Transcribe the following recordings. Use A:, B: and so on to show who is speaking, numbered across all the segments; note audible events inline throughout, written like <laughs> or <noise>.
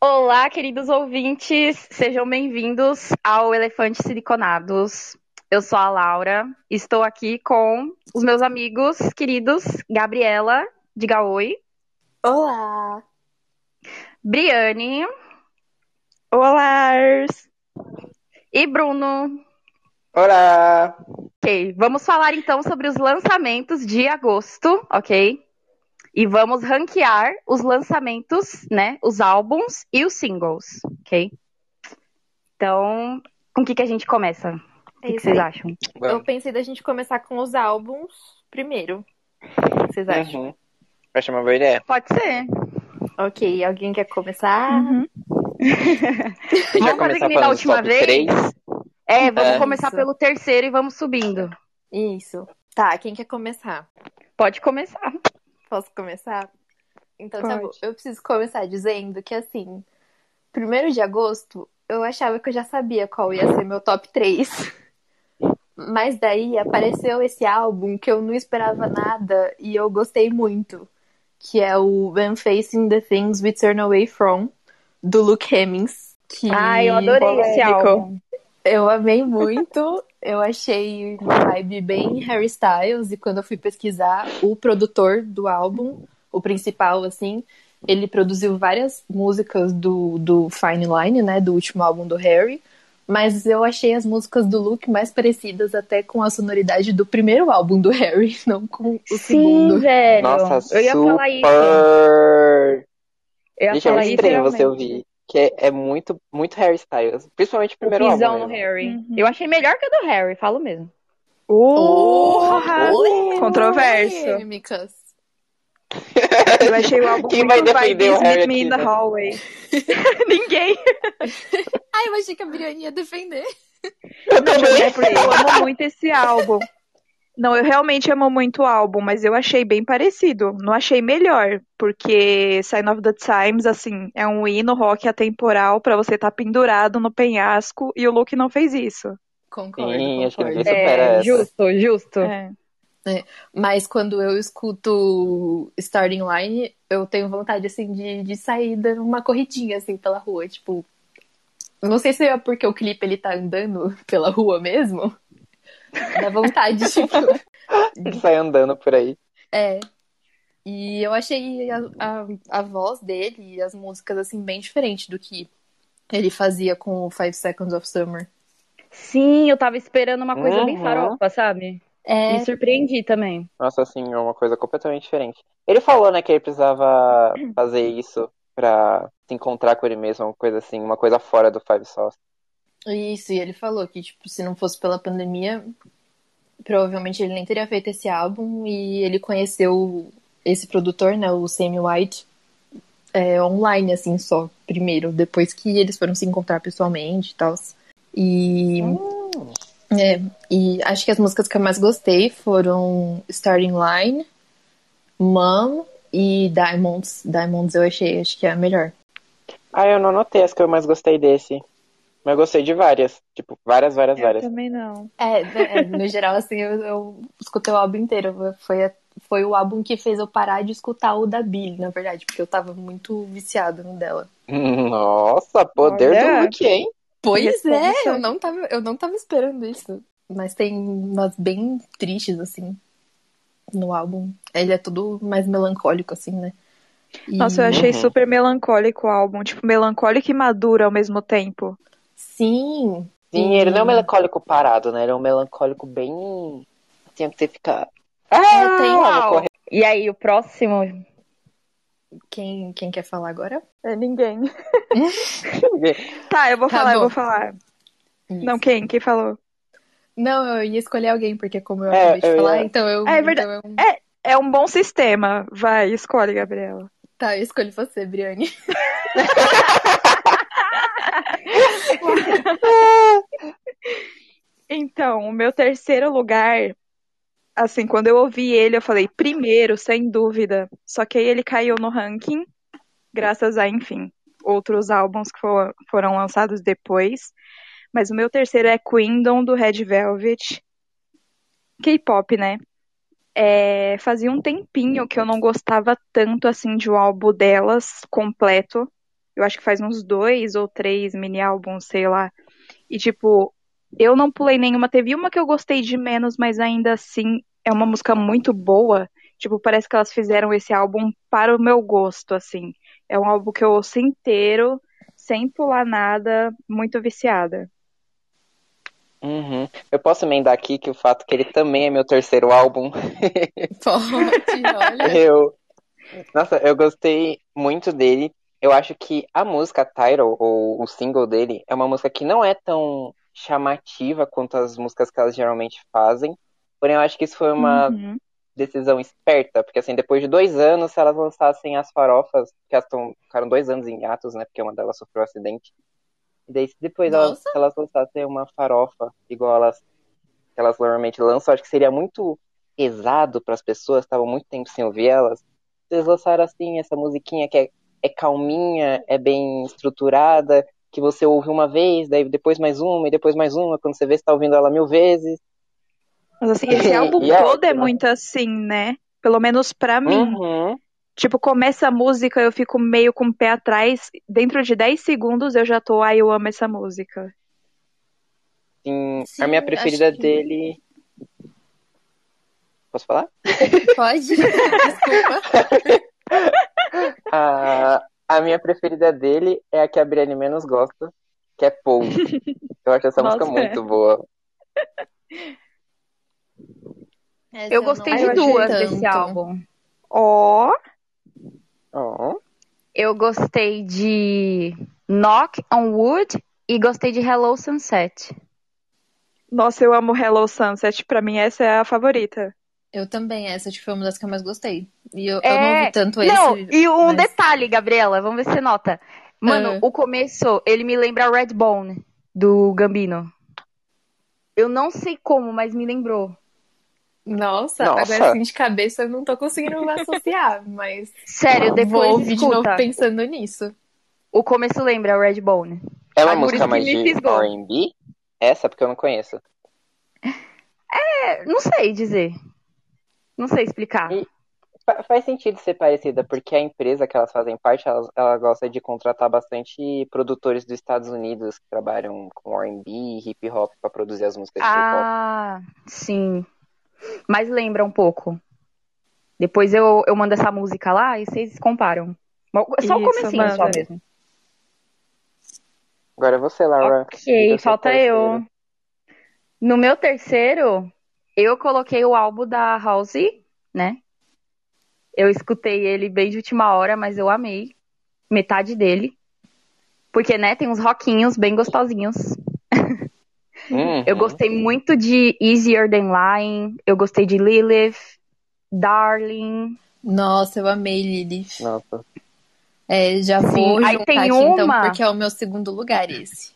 A: Olá, queridos ouvintes, sejam bem-vindos ao Elefantes Siliconados. Eu sou a Laura, estou aqui com os meus amigos queridos Gabriela, diga oi,
B: Olá!
A: Briane
B: Olá!
A: e Bruno.
C: Olá!
A: Ok, vamos falar então sobre os lançamentos de agosto, ok? E vamos ranquear os lançamentos, né? Os álbuns e os singles, ok? Então, com o que, que a gente começa? O
B: É
A: que que
B: isso
A: vocês
B: aí.
A: acham?
B: Eu pensei da gente começar com os álbuns primeiro. O que vocês acham?
C: Uhum. Acho uma boa ideia.
A: Pode ser.
B: Ok, alguém quer começar?
C: Já
A: Vamos fazer que
C: começar
A: nem da
C: falando
A: última
C: top
A: vez?
C: 3.
A: É, vamos
C: É.
A: começar
B: Isso.
A: pelo terceiro e vamos subindo.
B: Isso. Tá, quem quer começar?
A: Pode <laughs> começar.
B: Posso começar? Então, tá
A: Pode.
B: bom. Eu preciso começar dizendo que, assim, primeiro de agosto, eu achava que eu já sabia qual ia ser meu top 3. <laughs> Mas daí apareceu esse álbum que eu não esperava nada e eu gostei muito, que é o When Facing the Things We Turn Away From, do Luke Hemmings. Que...
A: Ai, eu adorei esse
D: Polêmico.
A: álbum.
B: Eu amei muito. Eu achei uma vibe bem Harry Styles. E quando eu fui pesquisar, o produtor do álbum, o principal, assim, ele produziu várias músicas do, do Fine Line, né? Do último álbum do Harry. Mas eu achei as músicas do Luke mais parecidas até com a sonoridade do primeiro álbum do Harry, <laughs> não com o segundo.
A: velho.
C: Nossa,
A: eu ia
C: super.
A: falar isso. Eu ia
C: Gente, é
A: falar
C: muito
A: isso,
C: estranho
A: realmente.
C: você ouvir. Que é, é muito, muito Harry Styles. Principalmente o
A: O
C: primeiro
A: pisão
C: álbum. né?
A: no
C: mesmo.
A: Harry. Uhum. Eu achei melhor que o do Harry, falo mesmo.
D: Oh, Porra!
C: Oh.
B: Olê!
D: Controverso.
B: Polêmicas.
D: <laughs> Eu achei o álbum
C: Quem
D: muito
C: vai defender
D: vibes
C: o Harry
D: Meet Me in the
C: aqui, né?
D: Hallway.
A: <laughs> Ninguém.
B: Ai, Ah, eu achei que a Briane ia defender.
C: Eu também.
D: É porque eu amo muito esse álbum. Não, eu realmente amo muito o álbum, mas eu achei bem parecido. Não achei melhor, porque Sign of the Times, assim, é um hino rock atemporal pra você estar pendurado no penhasco e o Luke não fez isso.
B: Concordo,
C: Sim, acho que
B: concordo.
C: ninguém supera essa.
A: É, justo, justo.
D: É.
B: Mas quando eu escuto Starting Line, eu tenho vontade, assim, de, de sair dando uma corridinha, assim, pela rua. Tipo, não sei se é porque o clipe ele tá andando pela rua mesmo. Dá vontade, <laughs> tipo.
C: <laughs> Ele sai andando por aí.
B: É. E eu achei a, a, a voz dele e as músicas, assim, bem diferente do que ele fazia com o Five Seconds of Summer.
A: Sim, eu tava esperando uma coisa bem
C: Uhum.
A: farofa, sabe?
B: É,
A: Me surpreendi também.
C: Nossa, assim, é uma coisa completamente diferente. Ele falou, né, que ele precisava fazer isso pra se encontrar com ele mesmo, uma coisa assim, uma coisa fora do Five Sauce.
B: Isso, e ele falou que, tipo, se não fosse pela pandemia, provavelmente ele nem teria feito esse álbum. E ele conheceu esse produtor, né, o Sammy White, é, online, assim, só, primeiro. Depois que eles foram se encontrar pessoalmente e tal. E. É, e acho que as músicas que eu mais gostei foram Starting Line, Mom e Diamonds. Diamonds eu achei, acho que é a melhor.
C: Ah, eu não notei as que eu mais gostei desse. Mas eu gostei de várias. Tipo, várias, várias,
D: Eu
C: várias.
D: também não.
B: É, né, é, no geral, assim, eu, eu escutei o álbum inteiro. Foi, a- foi o álbum que fez eu parar de escutar o da Billie, na verdade, porque eu tava muito viciada no dela.
C: <laughs> Nossa, poder
D: Olha.
C: do Luke, hein?
B: Pois
D: Responde
B: é,
D: só.
B: eu não, tava, eu não tava esperando isso. Mas tem umas bem tristes, assim, no álbum. Ele é todo mais melancólico, assim, né? E-
D: Nossa, eu achei
C: Uhum.
D: super melancólico o álbum. Tipo, melancólico e maduro ao mesmo tempo.
B: Sim,
C: Sim, ele
D: Uhum.
C: não é um melancólico parado, né? Ele é um melancólico bem. Tem que você ficar.
D: Ah!
B: É, tem-
C: vou correr.
A: E aí, o próximo?
B: quem, quem quer falar agora?
D: É ninguém. Tá, eu vou
B: Tá
D: falar, eu
B: bom.
D: vou falar. Não, quem? Quem falou?
B: Não, eu ia escolher alguém, porque como eu
C: É,
B: acabei de
C: eu
B: falar,
C: ia-
B: então eu.
D: É verdade.
B: então eu-
D: É um bom sistema. Vai, escolhe, Gabriela.
B: Tá, eu escolho você, Briane. <laughs>
D: Então, o meu terceiro lugar, assim, quando eu ouvi ele, eu falei, primeiro, sem dúvida. Só que aí ele caiu no ranking, graças a, enfim, outros álbuns que fo- foram lançados depois. Mas o meu terceiro é Queendom, do Red Velvet. K-pop, né? É, fazia um tempinho que eu não gostava tanto, assim, de um álbum delas completo. eu acho que faz uns dois ou três mini álbuns, sei lá. E tipo, eu não pulei nenhuma. Teve uma que eu gostei de menos, mas ainda assim é uma música muito boa. Tipo, parece que elas fizeram esse álbum para o meu gosto, assim. É um álbum que eu ouço inteiro, sem pular nada, muito viciada.
C: <laughs> Uhum. Eu posso emendar aqui que o fato que ele também é meu terceiro
D: <laughs>
C: álbum.
B: Pode, olha.
C: Eu. Nossa, eu gostei muito dele. Eu acho que a música Title, ou o single dele, é uma música que não é tão chamativa quanto as músicas que elas geralmente fazem. Porém, eu acho que isso foi uma
D: Uhum.
C: decisão esperta, porque assim, depois de dois anos, se elas lançassem as farofas, que elas tão- ficaram dois anos em atos, né? Porque uma delas sofreu um acidente. E daí, se depois elas,
B: Nossa.
C: se elas lançassem uma farofa, igual elas, que elas normalmente lançam, acho que seria muito pesado para as pessoas, estavam muito tempo sem ouvir elas. Se eles lançaram assim, essa musiquinha que é, é calminha, é bem estruturada, que você ouve uma vez, daí depois mais uma, e depois mais uma, quando você vê, você tá ouvindo ela mil vezes.
D: Mas assim, esse
C: <laughs> E-
D: álbum
C: e é
D: todo é
C: ótimo.
D: muito assim, né? Pelo menos pra mim.
C: Uhum.
D: Tipo, começa a música, eu fico meio com o pé atrás. Dentro de 10 segundos eu já tô, ai, eu amo essa música.
C: Sim, a
B: Sim,
C: minha
B: acho
C: preferida
B: que-
C: dele. Posso falar?
B: <laughs> Pode? Desculpa.
C: A, a minha preferida dele é a que a Brienne menos gosta, que é Paul. Eu acho essa música
D: Nossa, é.
C: muito boa.
B: Essa
A: Eu
B: não
A: gostei
D: eu
A: de
B: gostei
D: achei
A: duas
B: tanto.
A: desse álbum.
D: Ó,
C: Ó,
A: Eu gostei de Knock on Wood e gostei de Hello Sunset.
D: nossa, eu amo Hello Sunset. Pra mim, essa é a favorita.
B: Eu também, essa tipo, foi uma das que eu mais gostei. E eu, eu não
A: É,
B: vi tanto esse.
A: Não, e um
B: mas-
A: detalhe, Gabriela, vamos ver se você nota. Mano,
B: Ah.
A: o começo, ele me lembra Redbone do Gambino. Eu não sei como, mas me lembrou.
B: Nossa,
C: Nossa.
B: agora assim de cabeça eu não tô conseguindo associar, mas
A: Sério,
B: vou
A: depois
B: ouvir de novo
A: escuta.
B: pensando nisso.
A: O começo lembra Redbone.
C: É uma
A: Agora
C: música
A: isso que
C: mais
A: me
C: de
A: fisgou.
C: R&B? Essa, porque eu não conheço.
A: É, não sei dizer. Não sei explicar.
C: E fa- faz sentido ser parecida, porque a empresa que elas fazem parte, ela, ela gosta de contratar bastante produtores dos Estados Unidos que trabalham com R&B e hip hop pra produzir as
A: é
C: músicas de hip hop.
A: Ah, sim. Mas lembra um pouco. Depois eu, eu mando essa música lá e vocês comparam. é Só o
D: Isso,
A: comecinho só
D: manda.
A: mesmo.
C: Agora é você, Laura. Diga
A: Ok,
C: o seu
A: falta
C: terceiro.
A: eu. No meu terceiro, eu coloquei o álbum da House, né? Eu escutei ele bem de última hora, mas eu amei metade dele. Porque, né, tem uns roquinhos bem gostosinhos. Eu
C: Uhum.
A: gostei muito de Easier Than Lying, eu gostei de Lilith, Darling.
B: Nossa, eu amei Lilith.
C: Uhum. Nossa.
B: É, já
A: Sim,
B: vou
A: aí
B: juntar
A: tem
B: aqui então,
A: uma-
B: porque é o meu segundo
A: <laughs>
B: lugar esse.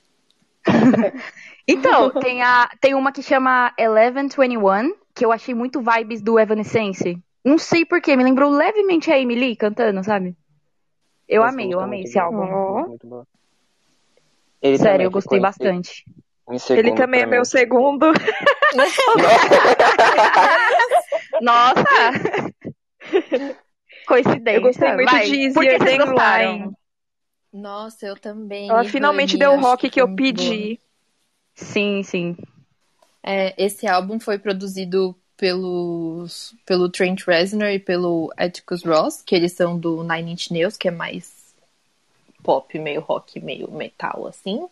A: Então, <laughs> tem, a, tem uma que chama 1121, que eu achei muito vibes do Evanescence. Não sei porquê, me lembrou levemente a Emily cantando, sabe? Eu
C: Essa
A: amei, eu
C: música é
A: amei
C: muito
A: esse
C: boa,
A: álbum.
C: muito,
D: Ó,
C: muito, muito boa. Ele
A: Sério,
C: também
A: eu gostei
C: ficou em, se-
A: bastante.
C: em
D: ele
C: segundo
D: também é
C: pra <laughs> mim.
D: meu segundo.
A: Nossa! <laughs> Coincidência.
D: Eu gostei muito
A: Vai.
D: de
A: Por que
D: Easier
A: vocês
D: Than
A: gostaram?
D: Lying.
B: Nossa, eu também.
D: Ela
B: e
D: finalmente
B: Honey,
A: um
D: deu o
B: acho
D: rock que
B: foi
D: eu
B: muito boa.
D: pedi.
A: Sim, sim.
B: É, esse álbum foi produzido pelos, pelo Trent Reznor e pelo Atticus Ross, que eles são do Nine Inch Nails, que é mais pop, meio rock, meio metal, assim.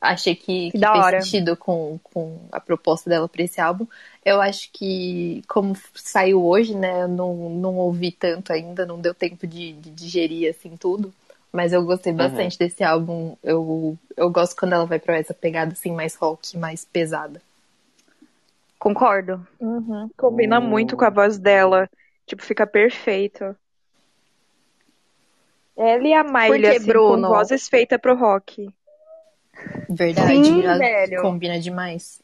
B: Achei que,
A: Que
B: que
A: da
B: fez
A: hora.
B: sentido com, com a proposta dela para esse álbum. Eu acho que, como saiu hoje, né, eu não, não ouvi tanto ainda, não deu tempo de, de digerir, assim, tudo. Mas eu gostei bastante desse álbum. Eu, eu gosto quando ela vai pra essa pegada, assim, mais rock, mais pesada.
A: Concordo.
D: Uhum. Combina muito com a
C: Hum.
D: voz dela. Tipo, fica perfeito. Ela e a Miley,
A: que,
D: assim, com
A: Bruno?
D: vozes feitas pro rock.
B: Verdade,
A: Sim,
B: ela
A: velho.
B: combina demais.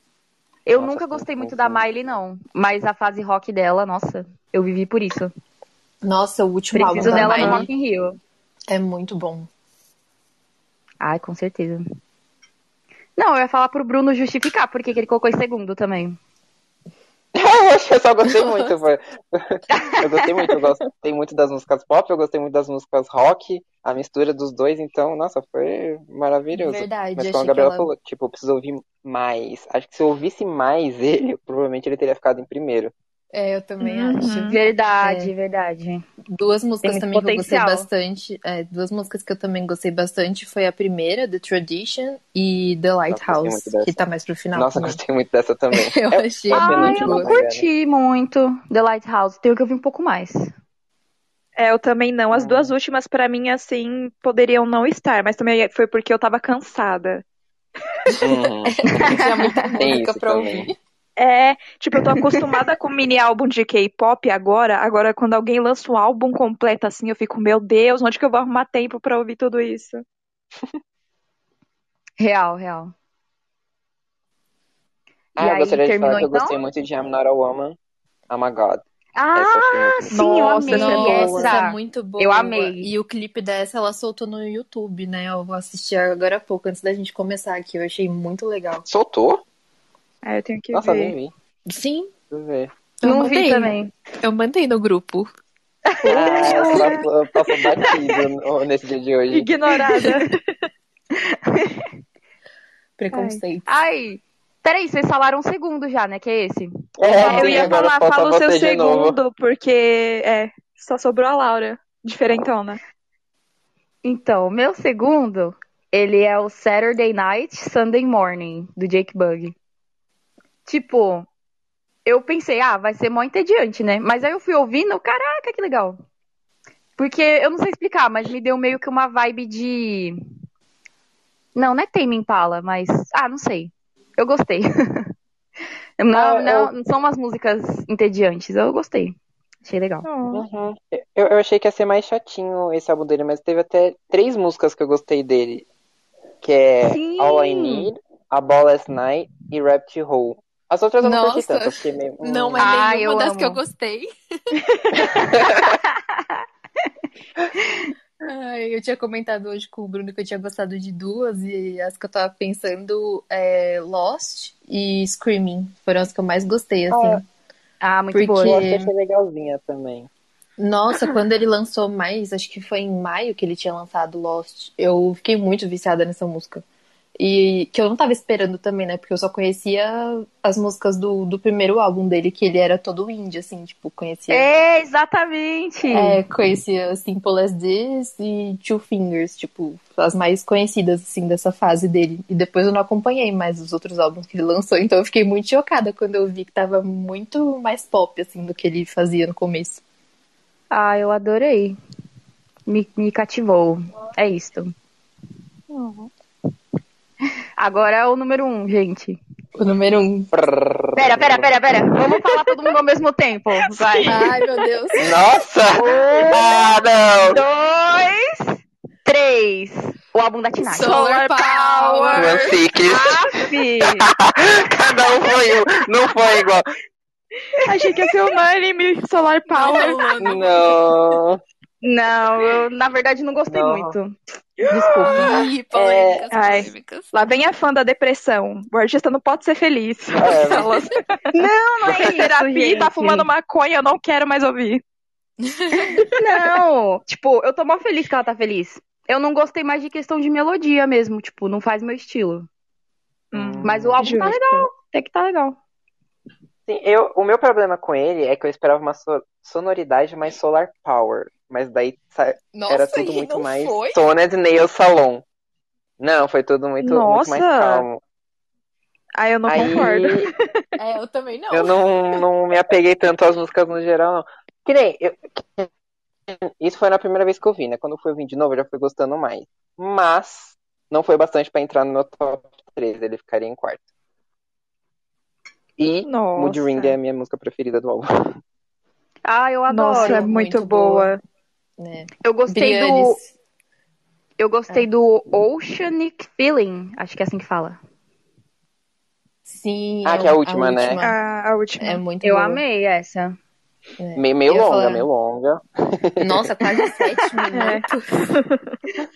A: Eu
C: Nossa,
A: nunca
C: sim,
A: gostei
C: sim,
A: muito
C: sim.
A: da Miley, não. Mas a fase rock dela, nossa, eu vivi por isso.
B: Nossa, o último álbum
A: Preciso
B: da
A: dela no
B: Miley
A: Rock in Rio.
B: é muito bom.
A: Ai, com certeza. Não, eu ia falar pro Bruno justificar porque que ele colocou em segundo também.
C: eu só gostei muito. foi- eu gostei muito, eu gostei muito das músicas pop, eu gostei muito das músicas rock, a mistura dos dois, então, nossa, foi maravilhoso.
B: Verdade,
C: Mas como a
B: achei que
C: Gabriela
B: ela...
C: falou, tipo, eu preciso ouvir mais. Acho que se eu ouvisse mais ele, <laughs> provavelmente ele teria ficado em primeiro.
B: É, eu também
A: Hum.
D: Uhum.
B: acho.
A: Verdade, verdade.
B: Duas músicas
A: muito
B: também que eu gostei
A: potencial.
B: bastante. é, duas músicas que eu também gostei bastante foi a primeira, The Tradition, e The
C: gostei
B: Lighthouse,
C: muito dessa.
B: que tá mais pro final
C: Nossa,
B: também.
C: gostei muito dessa também.
B: Eu
C: É-
B: achei
C: a
A: Ah,
B: muito
A: eu
C: penúltima,
A: não
B: boa.
A: <laughs>
C: né?
A: curti muito The Lighthouse. Tenho que ouvir um pouco mais.
D: É, eu também não. As
C: Ah.
D: duas últimas, pra mim, assim, poderiam não estar, mas também foi porque eu tava cansada.
C: Uhum.
A: É
B: Tinha muita
C: Tem
B: música
C: isso
B: pra
C: também.
B: ouvir.
D: É, tipo, eu tô acostumada com mini álbum de K-pop agora. Agora, quando alguém lança um álbum completo assim, eu fico, meu Deus, onde que eu vou arrumar tempo pra ouvir tudo isso?
A: Real, real. E
C: Ah, eu
A: aí,
C: gostaria de falar
A: terminou
C: que eu
A: então?
C: gostei muito de I'm Not a Woman. I'm a God. Essa eu
A: Ah,
C: achei muito.
A: sim, eu
D: Nossa,
A: amei
D: essa é boa.
B: Nossa,
A: essa.
B: muito boa.
A: Eu amei.
B: E o clipe dessa ela soltou no YouTube, né? Eu vou assistir agora há pouco, antes da gente começar aqui. Eu achei muito legal.
C: Soltou?
D: É, eu tenho que
C: Nossa, nem
D: ver.
C: vi.
B: Sim,
C: Deixa eu ver.
B: eu
A: Não vi
B: mandei.
A: também.
B: Eu mandei no grupo.
C: Ah, passou, passou batido no- nesse dia de hoje.
D: Ignorada.
C: <laughs>
B: Preconceito.
A: Ai, peraí, vocês falaram um segundo já, né? Que é esse?
C: É,
D: Eu
C: sim,
D: ia
C: agora
D: falar,
C: falta
D: fala o seu
C: você de novo.
D: segundo, porque é, só sobrou a Laura. Diferentona.
A: Então, o meu segundo, ele é o Saturday Night, Sunday Morning, do Jake Bug. Tipo, eu pensei, ah, vai ser mó entediante, né? Mas aí eu fui ouvindo, eu, caraca, que legal. Porque eu não sei explicar, mas me deu meio que uma vibe de. Não, não é Tame Impala, mas. Ah, não sei. Eu gostei. <laughs> Não,
C: Ah,
A: não, não são umas músicas entediantes. Eu gostei. Achei legal.
D: Oh.
C: Uhum. Eu, eu achei que ia ser mais chatinho esse álbum dele, mas teve até três músicas que eu gostei dele. Que é
A: Sim!
C: All I Need, A Ball Last Night e Rabbit Hole. As outras eu não curti
B: Nossa.
C: tanto, eu fiquei meio.
B: Não é
C: hum.
A: Ah,
B: nenhuma
A: eu
B: das
A: amo.
B: que eu gostei. <laughs> Ai, eu tinha comentado hoje com o Bruno que eu tinha gostado de duas e as que eu tava pensando é Lost e Screaming. Foram as que eu mais gostei, assim.
C: Ah,
A: Ah, muito
B: Porque-
A: boa.
C: Lost eu achei legalzinha também.
B: Nossa, quando ele lançou mais, acho que foi em maio que ele tinha lançado Lost. Eu fiquei muito viciada nessa música. E que eu não tava esperando também, né? Porque eu só conhecia as músicas do, do primeiro álbum dele, que ele era todo indie, assim, tipo, conhecia.
A: É, exatamente!
B: É, conhecia Simple as This e Two Fingers, tipo, as mais conhecidas, assim, dessa fase dele. E depois eu não acompanhei mais os outros álbuns que ele lançou, então eu fiquei muito chocada quando eu vi que tava muito mais pop, assim, do que ele fazia no começo.
A: Ah, eu adorei. Me, me cativou. É isso. Uhum. Agora é o número um, gente.
B: O número um.
A: Pera, pera, pera, pera. Vamos falar todo mundo ao mesmo <laughs> tempo. Vai.
B: Ai, meu Deus.
C: Nossa!
A: Um,
C: Ah, não!
A: dois, três. O álbum da Tinashe.
B: Solar Power.
C: Fanfics.
A: Aff!
C: <laughs> Cada um foi um, não foi igual.
D: Achei que ia ser o anime Solar Power.
C: Não.
A: Não, eu na verdade não gostei
C: Não.
A: muito. Desculpa.
C: É,
B: Ih, polêmicas,
D: Ai.
B: polêmicas.
D: Lá vem a fã da depressão. O artista não pode
A: <laughs>
D: ser feliz.
C: É.
D: Ela
A: Não, não é isso,
D: terapia e tá
A: gente.
D: fumando maconha, eu não quero mais ouvir.
A: Não, tipo, eu tô mó feliz que ela tá feliz. Eu não gostei mais de questão de melodia mesmo, tipo, não faz meu estilo.
D: Hum,
A: Mas o álbum tá
D: justo.
A: legal, até que tá legal.
C: Sim, assim, eu, o meu problema com ele é que eu esperava uma so- sonoridade mais solar power. Mas daí sa-
B: Nossa,
C: era tudo
B: e
C: muito
B: não
C: mais
B: foi?
C: Toned Nail Salon. Não, foi tudo muito, muito mais
D: Nossa.
C: calmo.
D: Ah, eu não
C: Aí
D: concordo.
B: É, eu também não.
C: eu não, não me apeguei tanto às músicas no geral, não. Que nem, eu- isso foi na primeira vez que eu vi, né? Quando eu fui ouvir de novo, eu já fui gostando mais. Mas não foi bastante pra entrar no meu top 3, ele ficaria em quarto. E Mood Ring é
D: Nossa.
C: a minha música preferida do álbum.
A: Ah, eu
D: Nossa, é
A: adoro.
D: muito,
B: Muito
D: boa.
B: É.
A: Eu gostei do
B: Brianes.
A: eu gostei do Oceanic Feeling, acho que é assim que fala.
B: Sim,
C: Ah,
B: é
C: que é a
B: um-
C: última, né?
D: Ah, A, a
B: É
D: última.
B: muito
A: Eu
B: boa.
A: amei essa.
B: É.
C: Meio,
B: Eu
C: meio
B: ia
C: longa,
B: falar,
C: meio longa. <laughs> É.
B: Nossa, quase sete
D: É.
B: minutos.
D: Eu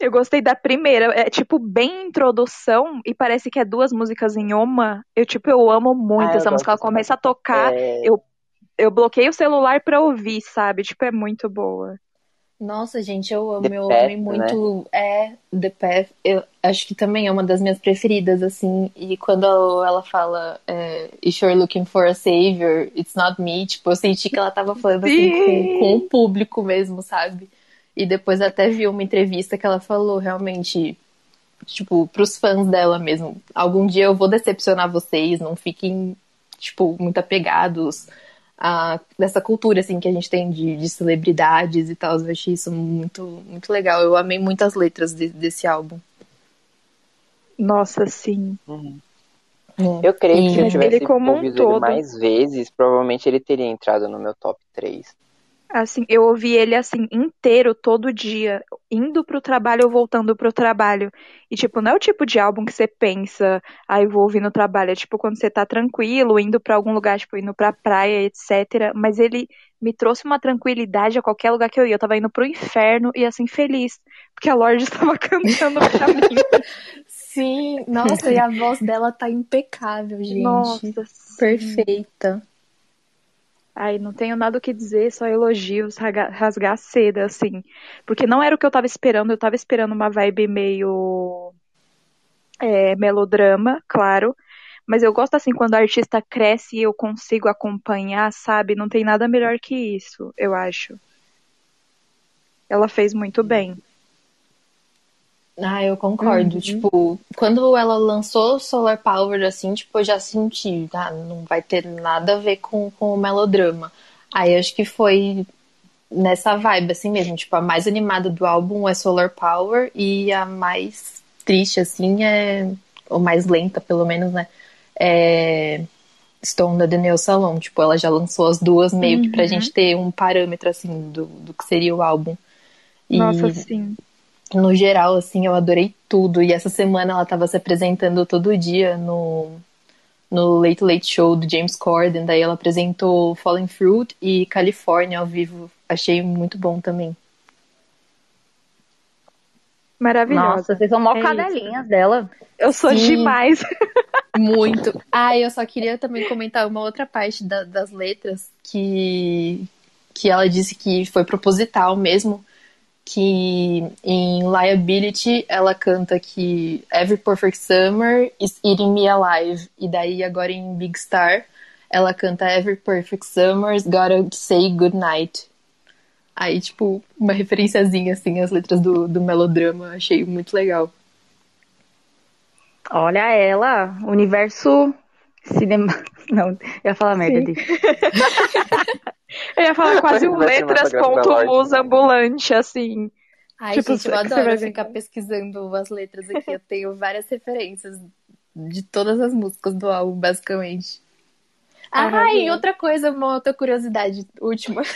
D: Eu gostei da primeira, é tipo bem introdução e parece que é duas músicas em uma. Eu tipo eu amo muito
C: Ah, eu
D: essa
C: gosto
D: música, ela começa a tocar,
C: É,
D: eu bloqueio o celular pra ouvir, sabe? Tipo é muito boa.
B: Nossa, gente, eu amo,
C: The
B: eu
C: Path, né?
B: amei muito. É, The Path, eu acho que também é uma das minhas preferidas, assim. E quando ela fala, é, If you're looking for a savior, it's not me, tipo, eu senti que ela tava falando assim
D: Sim!
B: com, com o público mesmo, sabe? E depois até vi uma entrevista que ela falou realmente, tipo, pros fãs dela mesmo. Algum dia eu vou decepcionar vocês, não fiquem, tipo, muito apegados a- dessa cultura assim que a gente tem de, de celebridades e tal. Eu achei isso muito, muito legal. Eu amei muito as letras de- desse álbum.
D: Nossa, sim.
C: uhum.
B: É.
C: Eu creio que se eu
B: Ele
C: tivesse
D: como um
C: ouvido ele
D: todo.
C: mais vezes, provavelmente ele teria entrado no meu top 3.
D: Assim, eu ouvi ele assim inteiro todo dia, indo pro trabalho ou voltando pro trabalho. E tipo, não é o tipo de álbum que você pensa, aí eu vou ouvir no trabalho, é tipo quando você tá tranquilo, indo pra algum lugar, tipo indo pra praia, etc, mas ele me trouxe uma tranquilidade a qualquer lugar que eu ia. Eu tava indo pro inferno e assim feliz, porque a Lorde <laughs> estava cantando pra mim.
B: Sim, nossa, e a voz dela tá impecável, gente.
D: Nossa, sim.
B: Perfeita.
D: Ai, não tenho nada o que dizer, só elogios, raga- rasgar a seda, assim. Porque não era o que eu tava esperando, eu tava esperando uma vibe meio é, melodrama, claro. Mas eu gosto assim quando a artista cresce e eu consigo acompanhar, sabe? Não tem nada melhor que isso, eu acho. Ela fez muito bem.
B: Ah, eu concordo.
D: Uhum.
B: Tipo, quando ela lançou Solar Power, assim, tipo, eu já senti, ah, não vai ter nada a ver com, com o melodrama. Aí acho que foi nessa vibe, assim mesmo. Tipo, a mais animada do álbum é Solar Power e a mais triste, assim, é. Ou mais lenta, pelo menos, né? É. Stone da Daniel Salon. Tipo, ela já lançou as duas meio que pra
D: Uhum.
B: gente ter um parâmetro, assim, do, do que seria o álbum. E
D: Nossa, sim.
B: no geral, assim, eu adorei tudo. E essa semana ela tava se apresentando todo dia no, no Late Late Show do James Corden. Daí ela apresentou Fallen Fruit e California ao vivo. Achei muito bom também.
A: Nossa,
D: Maravilhosa.
A: vocês são mó
D: É isso.
A: cadelinhas dela.
D: Eu sou
B: Sim.
C: <laughs>
D: demais.
B: Muito. Ah, eu só queria também comentar uma outra parte da- das letras que, que ela disse que foi proposital mesmo. Que em Liability ela canta que Every Perfect Summer is Eating Me Alive. E daí agora em Big Star ela canta Every Perfect Summer's Gotta Say Goodnight. Aí, tipo, uma referenciazinha assim às letras do, do melodrama. Achei muito legal.
A: Olha ela, universo cinema. <laughs> Não, eu ia falar merda
D: Sim.
A: ali.
D: Eu ia falar quase um
C: Vai ser uma
D: letras
C: autografo da
D: ponto
C: Lorde,
D: musa
C: né?
D: ambulante, assim.
B: Ai,
D: Tipo,
B: gente, eu
D: que você vai
B: adoro
D: ver.
B: ficar pesquisando as letras aqui. Eu tenho várias referências de todas as músicas do álbum, basicamente. Ah, e
D: Arrasou.
B: outra coisa, uma outra curiosidade última. <laughs>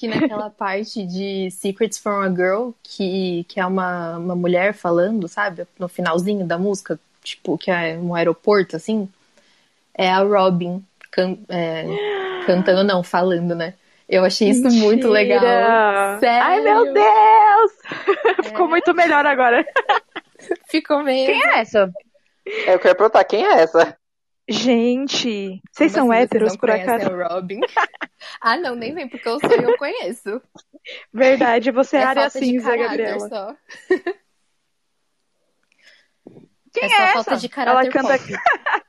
B: Que naquela parte de Secrets from a Girl, que, que é uma, uma mulher falando, sabe? No finalzinho da música, tipo, que é um aeroporto, assim. É a Robin can- é, cantando, não, falando, né? Eu achei isso muito legal.
D: Mentira!
B: Sério?
D: Ai, meu Deus! Ficou
B: É,
D: muito melhor agora.
B: ficou mesmo.
A: Quem é essa?
C: É, Eu quero perguntar, quem é essa? <laughs>
D: Gente, vocês
B: Como
D: são
B: assim
D: héteros,
B: não
D: por
B: conhecem
D: acaso?
B: a
D: <laughs>
B: Robin? ah, não, nem vem, porque eu sou e eu conheço.
D: Verdade, você é
B: É
D: área
B: falta de
D: cinza,
B: caráter
D: Gabriela.
B: só.
A: Quem
B: É só
A: é
B: falta
A: essa?
B: de
D: Ela
B: caráter
D: canta, <laughs>
B: pop.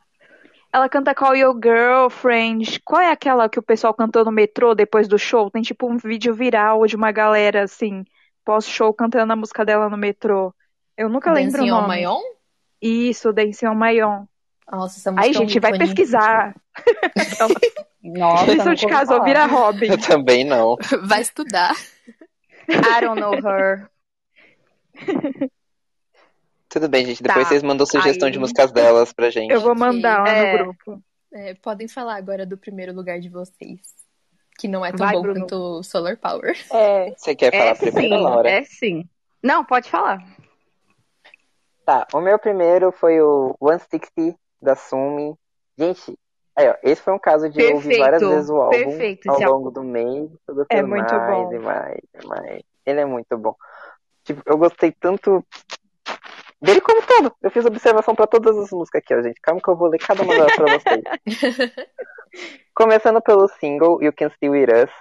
D: ela canta Call Your Girlfriend. Qual é aquela que o pessoal cantou no metrô depois do show? Tem tipo um vídeo viral de uma galera, assim, pós-show cantando a música dela no metrô. Eu nunca lembro o
B: Dancing on my
D: nome.
B: own?
D: Isso, Dancing on My Own.
B: Nossa, essa música
D: Ai,
B: é um
D: gente, vai
B: ícone.
D: pesquisar.
A: Nossa, tá
D: Lição
A: nunca
D: de
A: ouvi
D: casa, ouvir
A: falar.
D: a Robin.
C: Eu também não.
B: <laughs> Vai estudar.
A: I don't know
C: <laughs>
A: her.
C: Tudo bem, gente. Depois
A: Tá.
C: vocês mandam sugestão de
A: Aí.
C: músicas delas pra gente.
D: Eu vou mandar lá no
A: É.
D: grupo.
B: É, podem falar agora do primeiro lugar de vocês. Que não é tão
A: Vai,
B: bom
A: Bruno.
B: quanto Solar Power.
D: É.
C: Você quer falar
A: É
C: primeiro,
A: sim,
C: Laura?
A: é sim. Não, pode falar.
C: Tá, o meu primeiro foi o 160 da Sumi. Gente, aí, ó, esse foi um caso de eu ouvir várias
A: Perfeito.
C: vezes o álbum
A: Perfeito
C: ao
A: esse
C: longo
A: álbum.
C: do mês, tô
D: É
C: gostando
D: muito
C: mais e
D: bom.
C: mais e mais. Ele é muito bom. Tipo, eu gostei tanto dele como todo. Eu fiz observação pra todas as músicas aqui, ó, gente. Calma que eu vou ler cada uma delas pra
A: <laughs>
C: vocês. Começando pelo single You Can Still With Us.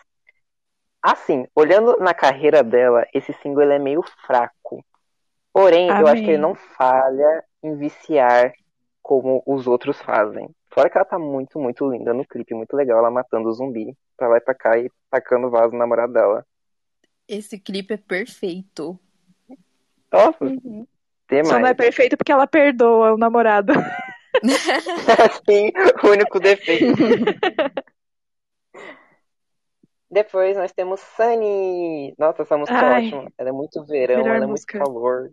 C: Assim, olhando na carreira dela, esse single ele é meio fraco. Porém, eu
D: Amém.
C: acho que ele não falha em viciar como os outros fazem. Fora que ela tá muito, muito linda no clipe, muito legal ela matando o zumbi pra lá e pra cá e tacando o vaso na namorada dela.
B: Esse clipe é
D: <laughs>
B: perfeito.
C: Nossa, demais.
D: Só não é perfeito porque ela perdoa o namorado. <laughs>
C: <laughs> Sim, o único defeito. <laughs> Depois nós temos Sunny. Nossa, essa música é
D: Ai.
C: ótima. Ela é muito verão,
D: Melhor
C: ela é
D: música.
C: muito calor.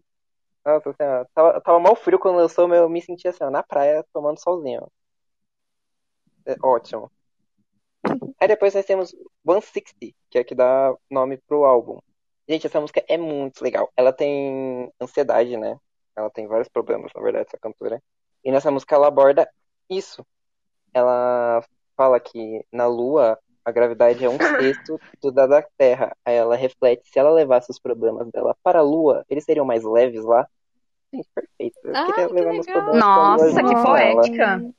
C: Nossa, assim, ó, tava, tava mal frio quando lançou, mas eu me sentia assim, ó, na praia, tomando solzinho. É ótimo. Aí depois nós temos 160, que é que dá nome pro álbum. Gente, essa música é muito legal. Ela tem ansiedade, né? Ela tem vários problemas, na verdade, essa cantora. E nessa música ela aborda isso. Ela fala que na Lua a gravidade
B: <coughs>
C: é um sexto do da da Terra. Aí ela reflete, se ela levasse os problemas dela para a Lua, eles seriam mais leves lá? Gente, perfeito. Eu
B: Ah,
C: queria
B: que
C: levar meus
B: legal.
C: problemas pra Lua
A: Nossa,
C: junto
A: que
C: com ela.
A: poética.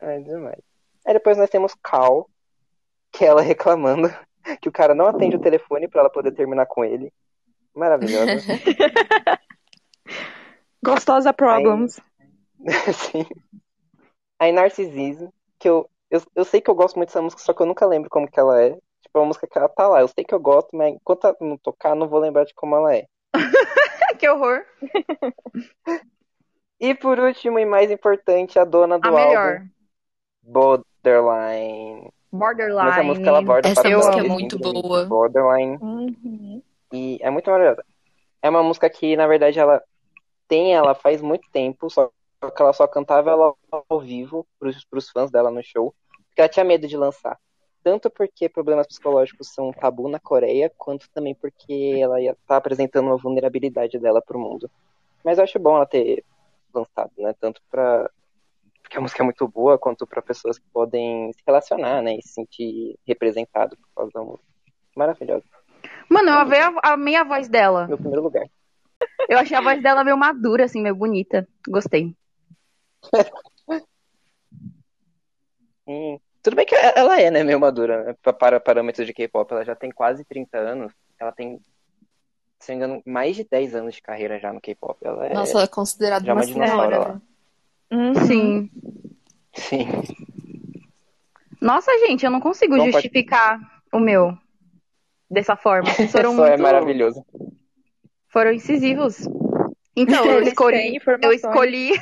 C: É demais. Aí depois nós temos Cal, que é ela <laughs> reclamando que o cara não atende o telefone pra ela poder terminar com ele. Maravilhosa.
D: Gostosa Problems.
C: <laughs> Sim. Aí Narcisismo, que eu, eu, eu sei que eu gosto muito dessa música, só que eu nunca lembro como que ela é. Tipo, é uma música que ela tá lá. Eu sei que eu gosto, mas enquanto ela não tocar, não vou lembrar de como ela é.
A: que horror.
C: E por último e mais importante, a dona do
A: A
C: álbum,
A: melhor.
C: Borderline.
A: Borderline.
C: Nessa música ela aborda
B: Essa
C: papel
B: música é
C: de
B: muito
C: síndrome de
B: boa.
C: Borderline.
D: Uhum.
C: E é muito maravilhosa. É uma música que, na verdade, ela tem ela faz muito tempo, só que ela só cantava ela ao vivo pros, pros fãs dela no show, porque ela tinha medo de lançar. Tanto porque problemas psicológicos são um tabu na Coreia, quanto também porque ela ia estar apresentando uma vulnerabilidade dela pro mundo. Mas eu acho bom ela ter lançado, né? Tanto pra. Porque a música é muito boa, quanto pra pessoas que podem se relacionar, né? E se sentir representado por causa da música. Maravilhosa.
A: Mano, eu amei a, amei a voz dela.
C: Meu primeiro lugar.
A: Eu achei a voz dela meio madura, assim, meio bonita. Gostei.
C: Hum, Tudo bem que e- ela é, né, meio madura, né, pa- para parâmetros de K-pop. Ela já tem quase 30 anos. Ela tem, se não me engano, mais de 10 anos de carreira já no K-pop. Ela é,
B: Nossa, ela é considerada
C: Já é
B: uma
C: uma dinossauro,
B: senhora.
C: ela.
B: né?
D: Uhum.
A: Sim.
C: sim.
A: Nossa, gente, eu não consigo
C: Não pode-
A: justificar o meu dessa
C: <laughs>
A: forma. Vocês
C: Isso
A: Foram
C: é
A: muito,
C: maravilhoso.
A: foram incisivos. Então, eu
C: <laughs>
D: Eles têm
A: escolhi, eu
D: informações.
A: escolhi,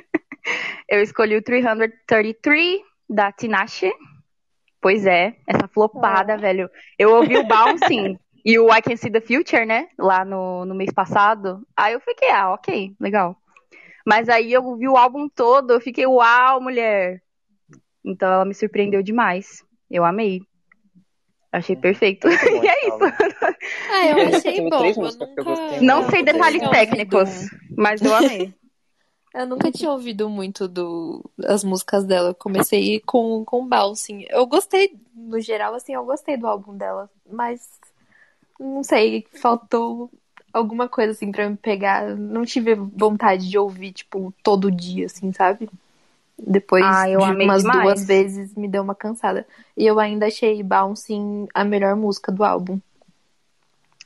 A: <laughs> eu escolhi o 333 da Tinashe. Pois é, essa flopada, velho. Eu ouvi o Bouncing e o I Can See the Future, né? Lá no, no mês passado. Aí eu fiquei, ah, ok, legal. Mas aí eu vi o álbum todo, eu fiquei, uau, mulher. Então ela me surpreendeu demais. Eu amei. Achei perfeito.
C: Muito
A: <laughs>
C: bom
A: e é
C: esse
A: isso.
C: álbum.
B: Ah, eu
C: Eu já
B: achei
C: tive
B: bom.
C: três
B: Eu
C: músicas que eu gostei né?
B: nunca,
C: muito.
A: Não
B: eu
A: sei
B: nunca
A: detalhes
B: tinha
A: técnicos,
B: ouvido.
A: mas eu amei.
B: Eu nunca tinha ouvido muito do, das músicas dela. Eu comecei com, com Bouncing. Eu gostei, no geral, assim, eu gostei do álbum dela. Mas, não sei, faltou alguma coisa, assim, pra me pegar. Não tive vontade de ouvir, tipo, todo dia, assim, sabe? Depois
A: Ah, eu
B: de
A: amei
B: umas
A: demais.
B: duas vezes me deu uma cansada. E eu ainda achei Bouncing a melhor música do álbum.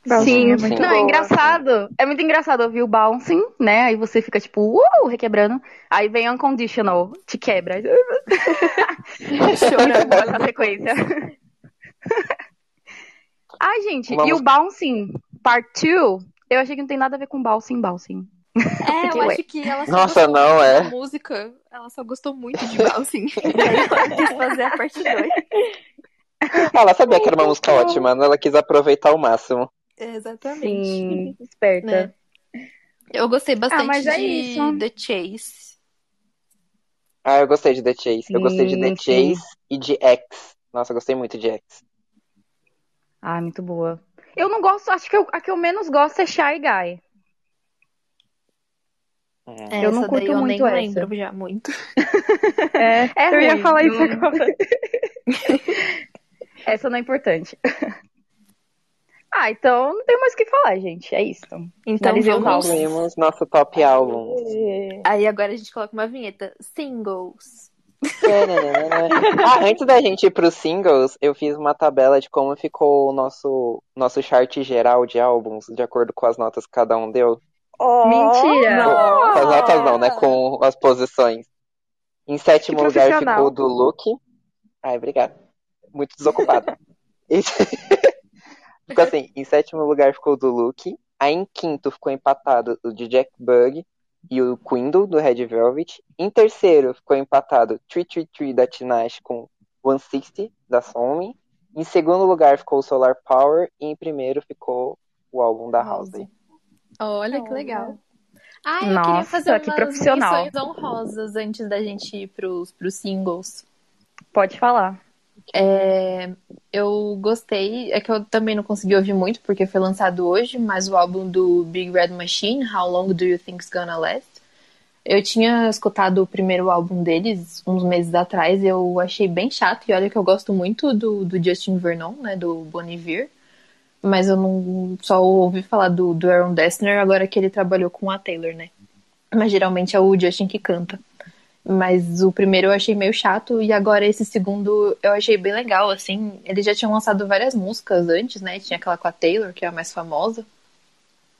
D: Bouncing
A: Sim,
D: é muito
A: não,
D: boa.
A: é engraçado. É muito engraçado ouvir o bouncing, né? Aí você fica tipo, uh, requebrando. Aí vem unconditional, te quebra. <laughs> Muito boa
B: Chorando.
A: essa sequência. <laughs> Ai, gente,
C: Uma
A: e o
C: música-
A: bouncing part 2, eu achei que não tem nada a ver com bouncing, bouncing.
B: É, eu
A: Ué.
B: acho que ela só
C: Nossa,
B: gostou
C: não,
B: muito
C: é.
A: <laughs>
B: da música. Ela só gostou muito de Bouncing. E <laughs> aí ela quis fazer a parte 2.
C: Ela sabia que era uma música ótima, né? ela quis aproveitar ao máximo.
A: É,
B: Exatamente.
A: Sim, esperta.
B: Né? Eu gostei bastante
A: Ah, mas é
B: de
A: isso.
B: The Chase.
C: Ah, eu gostei de The Chase. Eu gostei de The
A: Sim, sim.
C: Chase e de X. Nossa, eu gostei muito de X.
A: Ah, muito boa. Eu não gosto, acho que eu- a que eu menos gosto é Shy Guy.
C: Hum.
A: Eu não
B: Essa daí
A: curto
B: eu
A: muito
B: nem
A: essa.
B: lembro já muito.
D: É,
A: É
D: eu ia
A: ruim,
D: falar isso
A: não- <laughs>
D: agora.
A: essa não é importante. Ah, então não tem mais o que falar, gente. É isso.
B: Então
A: Finalizei os
B: vamos.
A: álbuns.
C: Temos nosso top álbum. <laughs>
B: Aí agora a gente coloca uma vinheta. Singles.
C: ah, antes da gente ir pros singles, eu fiz uma tabela de como ficou o nosso, nosso chart geral de álbuns, de acordo com as notas que cada um deu.
A: Mentira.
C: Com as notas não, né? Com as posições. Em sétimo
D: Que
C: lugar
D: profissional.
C: ficou o do Luke. Ai, obrigado. Muito desocupado. Em- <laughs> ficou assim, em sétimo lugar ficou o do Luke. Aí em quinto ficou empatado o de Jack Bug e o Quindle do Red Velvet. Em terceiro ficou empatado 333 da Tinashe com 160 da Somi. Em segundo lugar ficou o Solar Power e em primeiro ficou o álbum da House.
B: Olha que legal. Ah, eu queria
A: Nossa,
B: fazer
A: que
B: umas
A: profissional.
B: menções honrosas antes da gente ir pros, pros singles.
A: Pode falar.
B: É, eu gostei, é que eu também não consegui ouvir muito porque foi lançado hoje, mas o álbum do Big Red Machine, How Long Do You Think's Gonna Last? Eu tinha escutado o primeiro álbum deles uns meses atrás, eu achei bem chato, e olha que eu gosto muito do, do Justin Vernon, né, do Bon Iver, mas eu não só ouvi falar do, do Aaron Dessner agora que ele trabalhou com a Taylor, né? Mas geralmente é o Justin que canta. Mas o primeiro eu achei meio chato e agora esse segundo eu achei bem legal, assim. Eles já tinham lançado várias músicas antes, né? Tinha aquela com a Taylor, que é a mais famosa.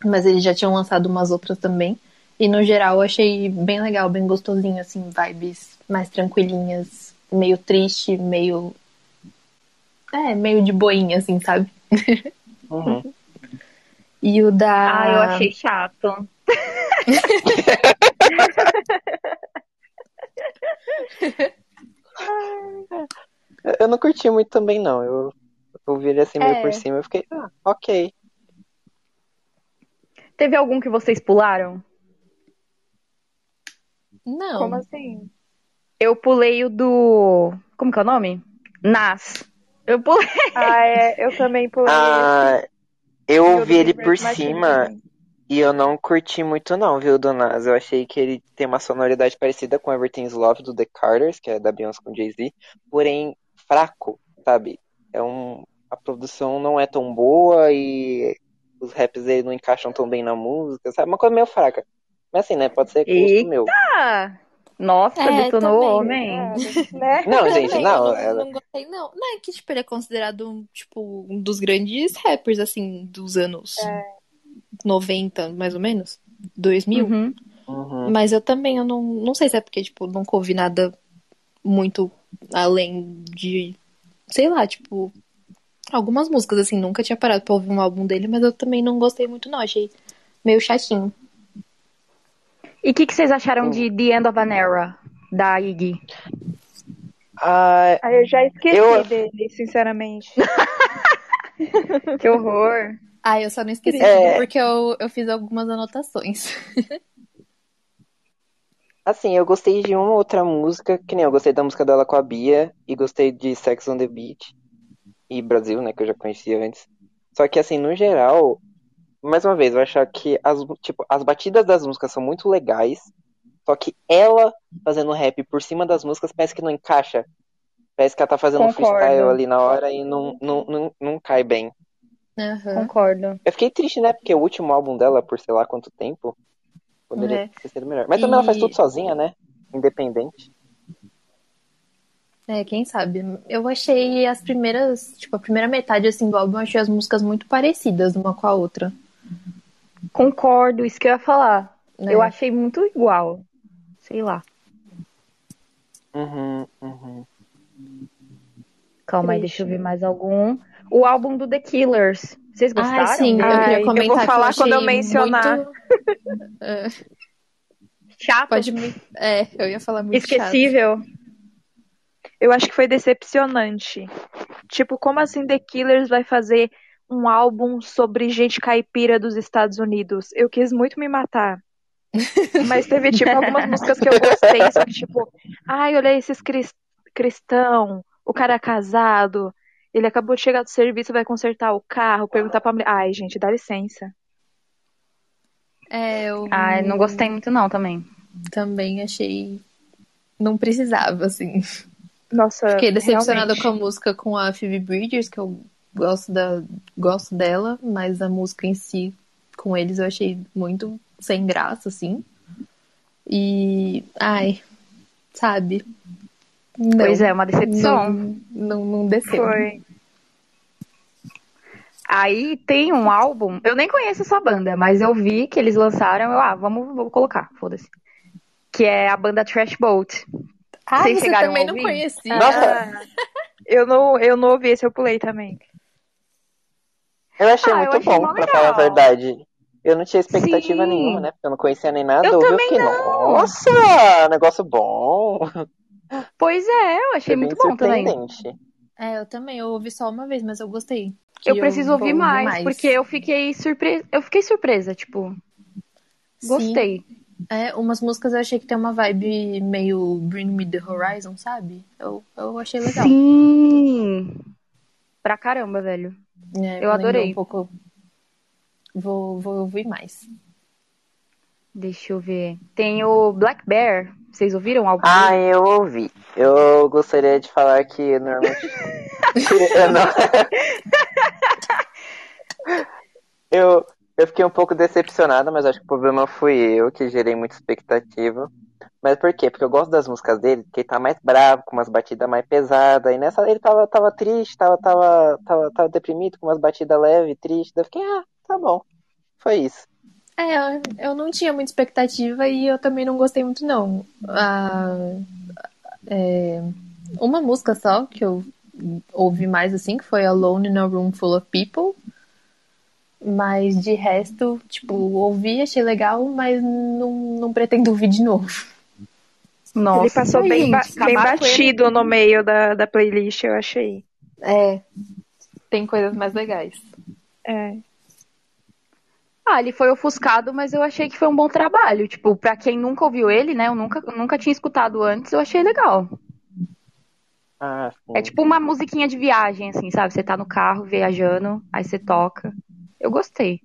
B: Mas eles já tinham lançado umas outras também. E no geral eu achei bem legal, bem gostosinho, assim, vibes mais tranquilinhas, meio triste, meio. É, meio de boinha, assim, sabe?
C: Uhum.
B: E o da.
A: Ah, eu achei chato.
C: Eu- Eu não curti muito também, não. Eu eu ouvi ele assim meio
B: É.
C: por cima e fiquei, ah, ok.
A: Teve algum que vocês pularam?
B: Não.
D: Como assim?
A: Eu pulei o do. Como que é o nome? Nas. Eu pulei.
D: Ah, é, eu
C: <laughs>
D: também pulei.
C: Ah, eu
D: esse.
C: ouvi ele
D: Big Red
C: por
D: Machine
C: cima
D: também.
C: e eu não curti muito, não, viu, do Nas. Eu achei que ele tem uma sonoridade parecida com Everything's Love do The Carters, que é da Beyoncé com Jay-Z, porém fraco, sabe? É um, a produção não é tão boa e os raps dele não encaixam tão bem na música, sabe? Uma coisa meio fraca. Mas assim, né? Pode ser gosto
A: Eita!
C: meu.
A: Ah, Nossa,
B: É,
A: detonou o
B: também.
A: homem.
D: Obrigada. Ah, Né?
C: Não,
B: Também,
C: gente, não.
B: eu não,
C: ela-
B: não gostei, não. Não, é que, tipo, ele é considerado, um, tipo, um dos grandes rappers, assim, dos anos
D: É.
B: 90, mais ou menos. 2000.
A: Uhum.
C: Uhum.
B: Mas eu também, eu não, não sei se é porque, tipo, nunca ouvi nada muito além de, sei lá, tipo, algumas músicas, assim, nunca tinha parado pra ouvir um álbum dele, mas eu também não gostei muito, não. Achei meio chatinho.
A: E o que, que vocês acharam de The End of an Era, da Iggy?
C: Ah,
D: Aí eu já esqueci
C: Eu-
D: dele, sinceramente.
A: Que horror.
B: Ah, eu só não esqueci
C: É.
B: tudo porque eu, eu fiz algumas anotações.
C: Assim, eu gostei de uma outra música, que nem eu gostei da música dela com a Bia, e gostei de Sex on the Beach e Brasil, né, que eu já conhecia antes. Só que assim, no geral, mais uma vez, eu achar que as, tipo, as batidas das músicas são muito legais, só que ela fazendo rap por cima das músicas parece que não encaixa. Parece que ela tá fazendo um
A: Concordo.
C: freestyle ali na hora e não, não, não, não cai bem.
B: Aham.
A: Concordo.
C: Eu fiquei triste, né, porque o último álbum dela, por sei lá quanto tempo, poderia
B: É.
C: ter sido melhor. Mas também ela faz
B: E-
C: tudo sozinha, né? Independente.
B: É, quem sabe? Eu achei as primeiras, tipo, a primeira metade assim do álbum, eu achei as músicas muito parecidas uma com a outra.
A: Concordo, isso que eu ia falar.
B: né?
A: Eu achei muito igual. Sei lá.
C: Uhum, uhum.
A: Calma aí,
B: Triste.
A: deixa eu ver mais algum. O álbum do The Killers. Vocês gostaram?
B: Ai, Ah, sim, eu
D: Ai,
B: queria
D: eu vou
B: comentar que
D: falar
B: achei
D: quando eu mencionar.
B: muito É,
A: Chato,
B: pode me... É, eu ia falar muito chato.
A: esquecível.
D: Eu acho que foi decepcionante. Tipo, como assim The Killers vai fazer um álbum sobre gente caipira dos Estados Unidos? Eu quis muito
B: <laughs>
D: me matar. Mas teve, tipo, algumas músicas que eu gostei, só que, tipo, ai, olha esses cris- cristão, o cara é casado, ele acabou de chegar do serviço, vai consertar o carro, perguntar pra mulher. Ai, gente, dá licença.
B: É, eu
A: Ai, não gostei muito não também.
B: também achei não precisava assim.
D: Nossa,
A: É,
B: Fiquei decepcionada
D: realmente.
B: com a música com a Phoebe Bridgers, que eu gosto, da, gosto dela, mas a música em si com eles eu achei muito sem graça, assim. E. Ai, sabe? Não,
A: Pois é, uma decepção.
B: Não, não, não desceu.
D: Foi.
A: Aí tem um álbum, eu nem conheço essa banda, mas eu vi que eles lançaram, eu, ah, vamos vou colocar, foda-se. Que é a banda Trash Boat.
B: Ah,
A: Vocês
B: você
A: chegaram
B: também
A: a
B: não
A: ouvir?
B: conhecia.
C: Nossa.
D: Eu não, eu não ouvi esse, eu pulei também.
C: Eu achei
A: Ah, eu
C: muito
A: achei
C: bom,
A: mó
C: pra
A: legal.
C: falar a verdade. Eu não tinha expectativa
A: Sim.
C: nenhuma, né? Porque eu não conhecia nem nada.
A: Eu
C: ouvi,
A: também
C: fiquei,
A: não.
C: nossa, negócio bom.
A: Pois é, eu achei
C: Foi bem
A: muito bom também.
C: surpreendente.
B: É, eu também. Eu ouvi só uma vez, mas eu gostei.
A: Eu
B: Que
A: preciso
B: vou
A: ouvir mais, porque eu fiquei surpresa, eu fiquei surpresa, tipo,
B: Sim.
A: gostei.
B: É, umas músicas eu achei que tem uma vibe meio Bring Me The Horizon, sabe? Eu, eu achei legal.
A: Sim. Pra caramba, velho.
B: É,
A: Eu
B: lembra
A: adorei.
B: Um pouco... Vou, vou ouvir mais.
A: Deixa eu ver. Tem o Black Bear. Vocês ouviram o álbum?
C: Ah,
A: dele?
C: eu ouvi. Eu gostaria de falar que normalmente. É, eu, não- eu, eu fiquei um pouco decepcionada, mas acho que o problema fui eu, que gerei muita expectativa. Mas por quê? Porque eu gosto das músicas dele, porque ele tá mais bravo, com umas batidas mais pesadas. E nessa ele tava, tava triste, tava, tava, tava, tava deprimido, com umas batidas leves, triste. Daí eu fiquei, ah, tá bom. Foi isso.
B: É, eu- eu não tinha muita expectativa e eu também não gostei muito, não. Ah, é, uma música só que eu ouvi mais assim, que foi Alone in a Room Full of People. Mas de resto, tipo, ouvi, achei legal, mas não, não pretendo ouvir de novo.
A: Nossa,
D: Ele passou bem, ba-
A: gente,
D: bem
A: acabaram com ele.
D: batido no meio da, da playlist, eu achei.
B: É, tem coisas mais legais.
D: É.
A: Ah, ele foi ofuscado, mas eu achei que foi um bom trabalho. Tipo, pra quem nunca ouviu ele, né? Eu nunca, eu nunca tinha escutado antes, eu achei legal.
C: Ah, sim.
A: É tipo uma musiquinha de viagem, assim, sabe? Você tá no carro viajando, aí você toca. Eu gostei.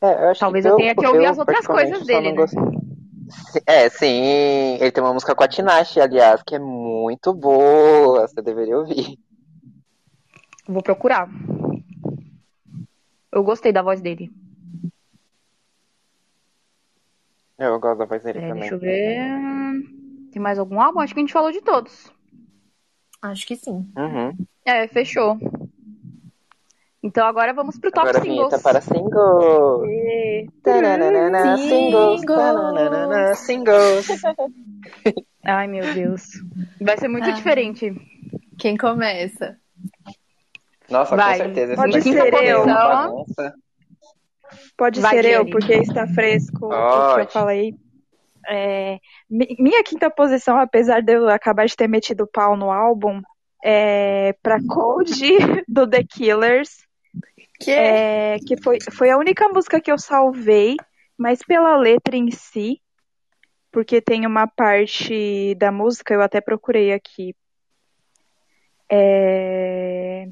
C: É, eu acho
A: Talvez
C: que
A: eu tenha que ouvir as outras
C: particularmente,
A: coisas
C: só
A: dele,
C: não
A: né?
C: gostei. É, sim, ele tem uma música com a Tinashe, aliás, que é muito boa, você deveria ouvir.
A: Vou procurar. Eu gostei da voz dele.
C: Eu gosto da voz dele
A: É,
C: também.
A: deixa eu ver. Tem mais algum álbum? Acho que a gente falou de todos.
B: Acho que sim.
C: Uhum.
A: É, fechou. Então agora vamos pro top
C: Agora a vinheta
A: singles.
C: para single.
D: E-
C: Tananana, singles, tananana, singles.
A: Ai, meu Deus. Vai ser muito
B: Ah.
A: diferente.
B: Quem começa?
C: Nossa,
A: Vai,
C: com certeza. Esse
D: pode
C: daqui
D: ser
C: também é
D: eu.
C: uma bagunça.
D: Pode
A: Vai,
D: ser eu,
A: Jenny.
D: porque está fresco o que eu
C: Pode.
D: falei. É, mi- minha quinta posição, apesar de eu acabar de ter metido o pau no álbum, é pra Cold <laughs> do The Killers.
B: Que?
D: É, que foi, foi a única música que eu salvei, mas pela letra em si, porque tem uma parte da música, eu até procurei aqui. É...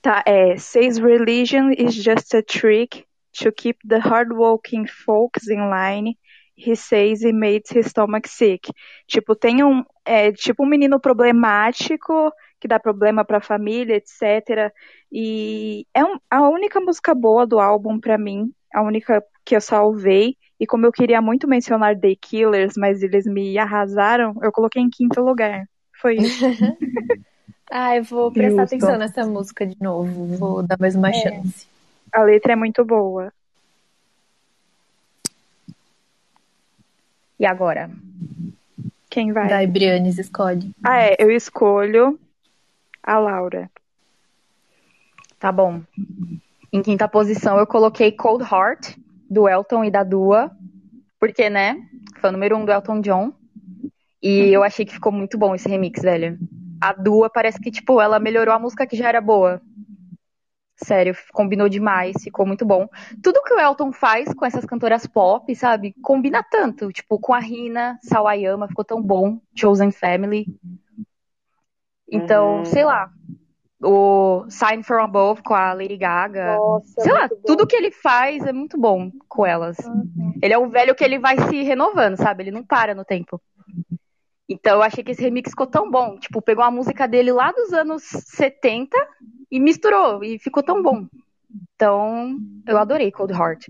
D: Tá, é. Says religion is just a trick to keep the hardworking folks in line. He says it makes his stomach sick. Tipo, tem um, é, tipo um menino problemático que dá problema pra família, etc. E é um- a única música boa do álbum pra mim, a única que eu salvei. E como eu queria muito mencionar The Killers, mas eles me arrasaram, eu coloquei em quinto lugar. Foi isso.
B: Ah, eu vou prestar
A: Justo.
B: atenção nessa música de novo. Vou dar mais
D: É,
B: uma chance.
D: A letra é muito boa.
A: E agora?
D: Quem vai?
B: Vai, Brianes, escolhe.
D: Ah, é, eu escolho a Laura.
A: Tá bom. Em quinta posição eu coloquei Cold Heart, do Elton e da Dua. Porque, né? Fã número um do Elton John. E eu achei que ficou muito bom esse remix, velho. A Dua parece que, tipo, ela melhorou a música que já era boa. Sério, combinou demais, ficou muito bom. Tudo que o Elton faz com essas cantoras pop, sabe? Combina tanto. Tipo, com a Rina, Sawayama, ficou tão bom. Chosen Family. Então,
C: Uhum.
A: sei lá. O Sign from Above com a Lady Gaga.
D: Nossa,
A: sei lá, tudo que ele faz é muito bom com elas. Ele é um velho que ele vai se renovando, sabe? Ele não para no tempo. Então eu achei que esse remix ficou tão bom. Tipo, pegou a música dele lá dos anos 70 e misturou. E ficou tão bom. Então, eu adorei Cold Heart.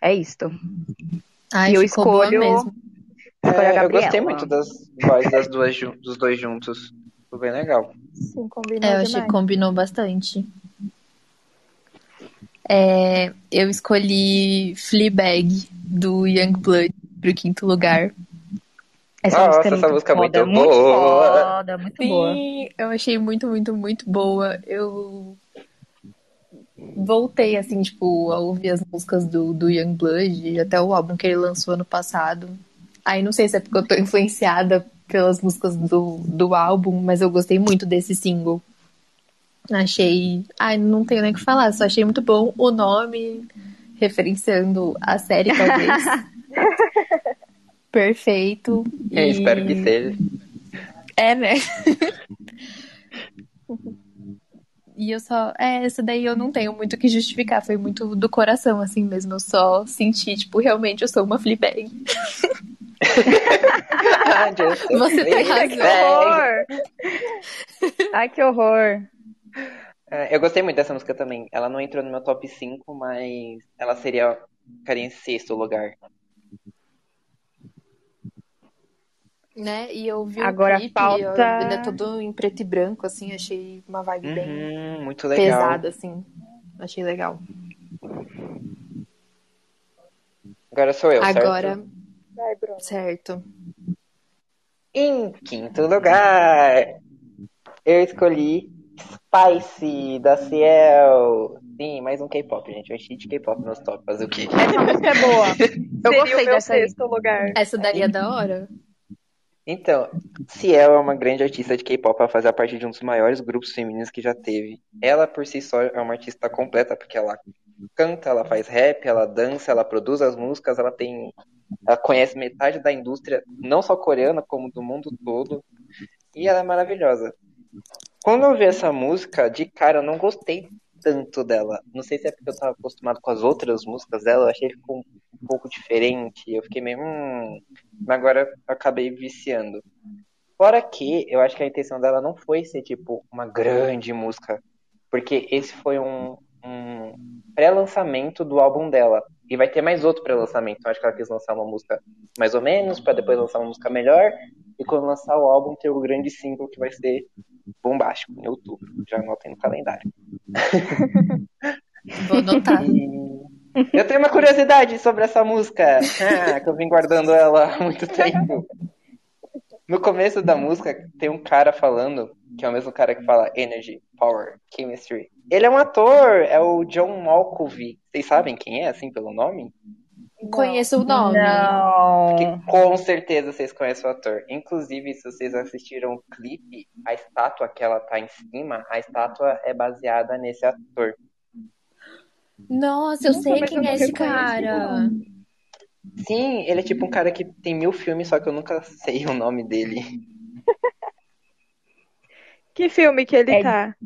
A: É isto.
B: Ai,
A: e eu
B: ficou boa
A: escolho.
B: mesmo.
A: escolho a
C: É, eu
A: Gabriela.
C: gostei muito das vozes das duas, ju- dos dois juntos. Foi bem legal.
D: Sim, combinou
B: É, eu achei
D: demais.
B: que combinou bastante. É, eu escolhi Fleabag, do Youngblood, pro quinto lugar.
A: Essa
C: Nossa,
A: música é
C: essa
A: muito
C: música é
A: foda,
C: muito boa.
A: foda, muito boa.
B: Sim, eu achei muito, muito, muito boa. Eu voltei, assim, tipo, a ouvir as músicas do, do Youngblood, até o álbum que ele lançou ano passado. Aí não sei se é porque eu tô <laughs> influenciada pelas músicas do, do álbum, mas eu gostei muito desse single. Achei. Ai, não tenho nem o que falar, só achei muito bom o nome, referenciando a série,
C: <laughs>
B: talvez. Perfeito.
C: Eu espero que
A: <laughs>
B: E-
C: seja.
B: É, né? <laughs> E eu só. É, essa daí eu não tenho muito o que justificar. Foi muito do coração, assim mesmo. Eu só senti, tipo, realmente eu sou uma Fleabag.
C: Ah, Deus,
B: Você tem
C: Eita,
A: Ai,
B: razão.
A: que
C: velho.
A: horror!
B: <laughs>
A: Ai, que horror.
C: É, Eu gostei muito dessa música também. Ela não entrou no meu top 5, mas ela seria ficaria em sexto lugar.
B: Né? E eu vi
A: Agora
B: o clipe,
A: falta-
B: ele é todo em preto e branco, assim. Achei uma vibe bem
C: Uhum, muito legal.
B: pesada, assim. Achei legal.
C: Agora sou eu, certo?
B: Agora,
D: Vai, Bruno.
B: certo.
C: Em quinto lugar, eu escolhi Spice da Ciel. Sim, mais um K-pop, gente. Eu enchi de K-pop nos top, fazer o quê?
A: Essa música é boa. Eu
D: Seria
A: gostei
D: o meu
A: dessa aí.
D: sexto lugar.
B: Essa daí é da hora?
C: Então, Ciel é uma grande artista de K-pop, ela faz a parte de um dos maiores grupos femininos que já teve. Ela por si só é uma artista completa, porque ela canta, ela faz rap, ela dança, ela produz as músicas, ela tem, ela conhece metade da indústria, não só coreana, como do mundo todo, e ela é maravilhosa. Quando eu vi essa música, de cara eu não gostei tanto dela. Não sei se é porque eu tava acostumado com as outras músicas dela, eu achei que ficou um pouco diferente, eu fiquei meio, hum, mas agora eu acabei viciando. Fora que eu acho que a intenção dela não foi ser, tipo, uma grande música. Porque esse foi um, um pré-lançamento do álbum dela. E vai ter mais outro pré-lançamento. Eu acho que ela quis lançar uma música mais ou menos, pra depois lançar uma música melhor. E quando lançar o álbum, ter o grande single que vai ser bombástico, em outubro. Já anotem no calendário.
B: Vou anotar.
C: E eu tenho uma curiosidade sobre essa música, ah, que eu vim guardando ela há muito tempo. No começo da música, tem um cara falando, que é o mesmo cara que fala Energy, Power, Chemistry. Ele é um ator, é o John Malkovich. Vocês sabem quem é, assim, pelo nome?
B: <laughs> Conheço o
A: né?
B: nome.
C: Porque
A: Não.
C: com certeza vocês conhecem o ator. Inclusive, se vocês assistiram o clipe, a estátua que ela tá em cima, a estátua é baseada nesse ator.
B: Nossa, eu
D: Nossa,
B: sei
D: mas eu
B: quem
D: não
B: é esse
D: reconheci,
B: cara.
C: Sim, ele é tipo um cara que tem mil filmes, só que eu nunca <laughs> sei o nome dele.
D: Que filme que ele
A: É-
D: tá?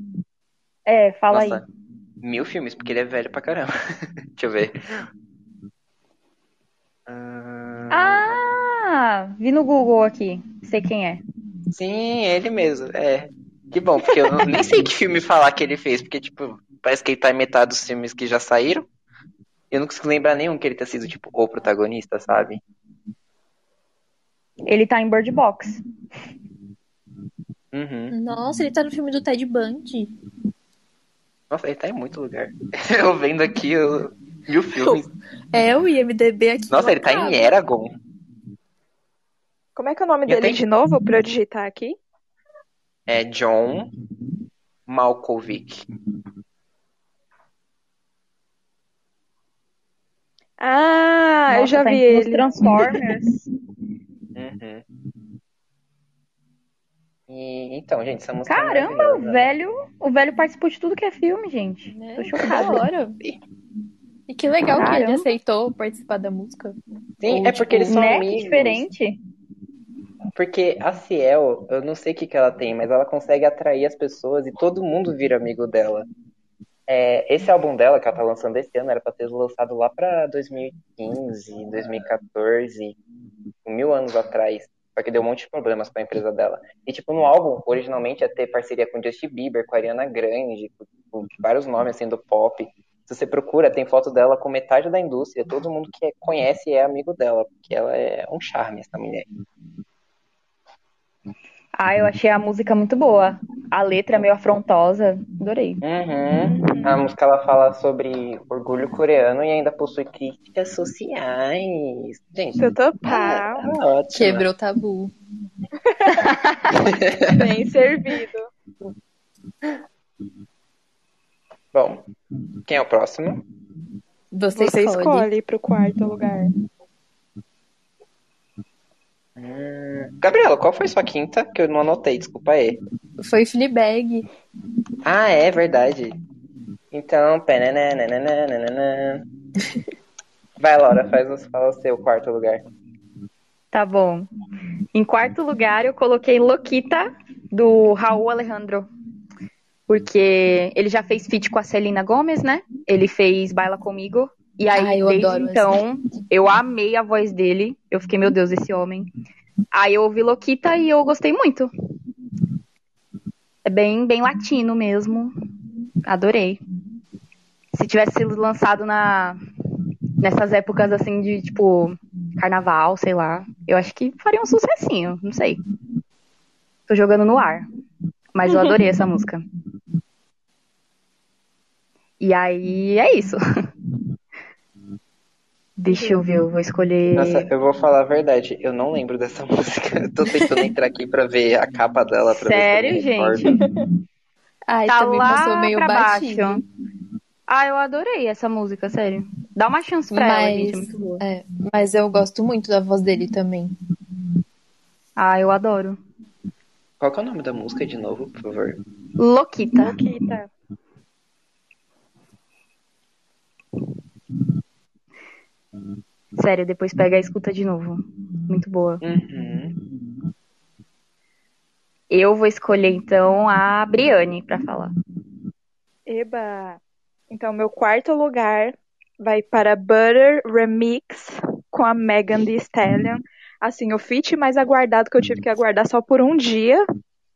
A: É, fala aí.
C: Nossa, mil filmes, porque ele é velho pra caramba. <laughs> Deixa eu ver. Ah,
A: Ah, vi no Google aqui. Sei quem é.
C: Sim, é ele mesmo, é. Que bom, porque eu
A: <laughs>
C: não- nem sei que filme falar que ele fez, porque, tipo, parece que ele tá em metade dos filmes que já saíram. Eu não consigo lembrar nenhum que ele tenha sido, tipo, o protagonista, sabe?
A: Ele tá em Bird Box.
C: Uhum.
B: Nossa, ele tá no filme do Ted Bundy.
C: Nossa, ele tá em muito lugar. <laughs> Eu vendo aqui eu- mil filmes.
B: É o IMDB aqui.
C: Nossa, ele tá em Eragon.
D: Como é que é o nome
C: E
D: dele
C: até-
D: de novo pra eu digitar aqui?
C: É John Malkovich.
D: Ah, eu
A: Nossa,
D: já
A: tá
D: vi
A: em nos
D: ele.
A: Transformers.
C: Uhum. E, então, gente, essa música é
A: Caramba, o
C: maravilhosa.
A: velho, o velho participou de tudo que é filme, gente. Tô
B: né? Da
A: chocada.
B: hora. E que legal que ele
A: Caramba.
B: aceitou participar da música.
C: Sim,
B: Ou,
C: é porque eles
B: tipo,
C: são
A: Né? Que
C: amigos.
A: diferente.
C: Porque a Ciel, eu não sei o que que ela tem, mas ela consegue atrair as pessoas e todo mundo vira amigo dela. É, esse álbum dela, que ela tá lançando esse ano, era pra ter lançado lá pra 2015, 2014, tipo, mil anos atrás. Só que deu um monte de problemas com a empresa dela. E, tipo, no álbum, originalmente ia ter parceria com Justin Bieber, com a Ariana Grande, com, com vários nomes, assim, do pop. Se você procura, tem foto dela com metade da indústria. Todo mundo que é- conhece é amigo dela, porque ela é um charme, essa mulher.
A: Ah, eu achei a música muito boa. A letra é meio afrontosa. Adorei.
C: Uhum. A música, ela fala sobre orgulho coreano e ainda possui críticas sociais. Gente,
D: Eu tô
C: tá,
A: Ah,
D: pau.
C: tá ótima.
E: Quebrou tabu.
D: Bem servido.
C: Bom, quem é o próximo?
E: Você,
D: Você
E: escolhe.
D: escolhe pro quarto lugar.
C: Gabriela, qual foi sua quinta? Que eu não anotei, desculpa aí.
E: Foi Fleabag.
C: Ah, é verdade. Então, penanananananana. Vai, Laura, faz nos fala o seu quarto lugar.
A: Tá bom. Em quarto lugar, eu coloquei Loquita, do Raul Alejandro. Porque ele já fez feat com a Celina Gomes, né? Ele fez Baila Comigo. E aí,
E: Ai, eu
A: desde
E: adoro
A: então, eu amei a voz dele. Eu fiquei, meu Deus, esse homem. Aí eu ouvi Loquita e eu gostei muito. É bem, bem latino mesmo. Adorei. Se tivesse sido lançado na, nessas épocas assim de tipo carnaval, sei lá, eu acho que faria um sucessinho, não sei. Tô jogando no ar. Mas eu adorei essa música. E aí é isso. <laughs> Deixa eu ver, eu vou escolher.
C: Nossa, eu vou falar a verdade, eu não lembro dessa <laughs> música. Eu tô tentando entrar aqui pra ver a capa dela. Pra
A: Sério,
C: ver se eu me
A: gente?
C: recordo.
E: Ai,
A: tá
E: também passou
A: lá
E: meio
A: pra
E: batido.
A: baixo. Ah, eu adorei essa música, sério. Dá uma chance pra ela,
E: Mas-
A: gente. É muito boa.
E: É, mas eu gosto muito da voz dele também.
A: Ah, eu adoro.
C: Qual que é o nome da música de novo, por favor?
A: Loquita.
D: Luquita.
A: Sério, depois pega e escuta de novo. Muito boa.
C: Uhum.
A: Eu vou escolher então a Briane pra falar.
D: Eba. Então, meu quarto lugar vai para Butter Remix com a Megan Thee Stallion. Assim, o feat mais aguardado que eu tive que aguardar só por um dia,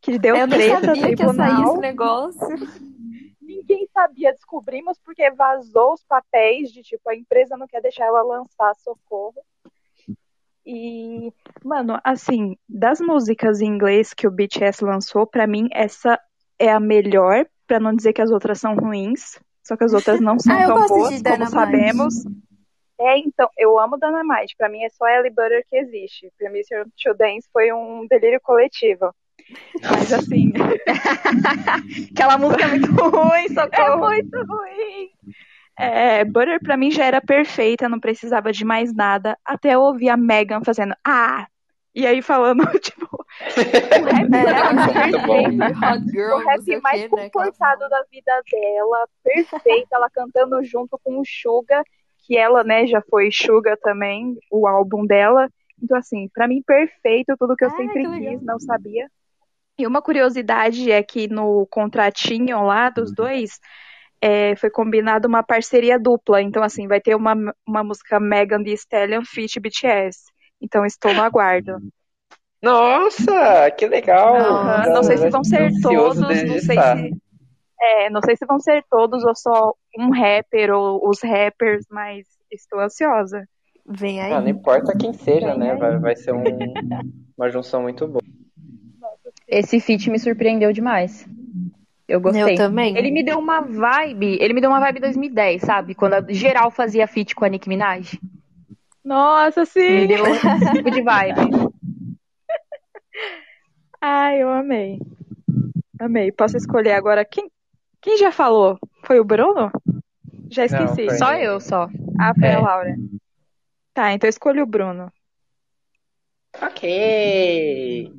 D: que deu
B: Eu nem
D: treta,
B: sabia que ia sair
D: tribunal.
B: esse negócio.
D: Ninguém sabia, descobrimos porque vazou os papéis de tipo, a empresa não quer deixar ela lançar socorro. E, mano, assim, das músicas em inglês que o BTS lançou, pra mim essa é a melhor, pra não dizer que as outras são ruins, só que as outras não
B: <laughs>
D: são
B: Ah, eu
D: tão
B: gosto de
D: boas, como
B: Dynamite.
D: sabemos. É, então, eu amo Dynamite, pra mim é só Ellie Butter que existe. Permission to Dance foi um delírio coletivo.
B: <laughs>
D: Mas assim,
A: Aquela música é muito <laughs> ruim,
C: Tá
D: É
A: socorro.
D: muito ruim. É, Butter pra mim já era perfeita, não precisava de mais nada. Até eu ouvir a Megan fazendo ah! E aí falando, <laughs>
C: <laughs>
D: tipo, o rap
B: <laughs> É,
D: dela
B: não,
C: Muito
B: aquele
C: bom. né?
B: Hot
D: o
B: Girl, não sei
D: rap
B: o que,
D: mais
B: né? que ela
D: comportado da vida dela, perfeita, ela cantando junto com o Suga, que ela, né, já foi Suga também, o álbum dela. Então, assim, pra mim, perfeito, tudo que eu
B: Ai,
D: sempre
B: que legal.
D: quis, não sabia. E uma curiosidade é que no contratinho lá dos dois, é, foi combinado uma parceria dupla. Então, assim, vai ter uma, uma música Megan Thee Stallion feat BTS. Então, estou no aguardo.
C: Nossa, que legal!
D: Aham, Não sei se vão ser
C: Ansioso
D: todos,
C: desde
D: não sei
C: já.
D: se. É, não sei se vão ser todos ou só um rapper ou os rappers, mas estou ansiosa.
B: Vem aí.
C: Ah, não importa quem seja,
D: Vem
C: né?
D: aí.
C: Vai, vai ser um- uma junção muito boa.
A: Esse feat me surpreendeu demais. Eu gostei.
E: Eu também.
A: Ele me deu uma vibe, ele me deu uma vibe 2010, sabe? Quando a geral fazia feat com a Nicki Minaj.
D: Nossa,
A: Me
D: sim!
A: deu esse tipo de vibe.
D: Ai, eu amei. Amei. Posso escolher agora quem? Quem já falou? Foi o Bruno? Já esqueci.
C: foi.
A: Só eu, só.
D: Ah, foi
C: É.
D: a Laura. Tá, então escolha o Bruno.
C: Ok.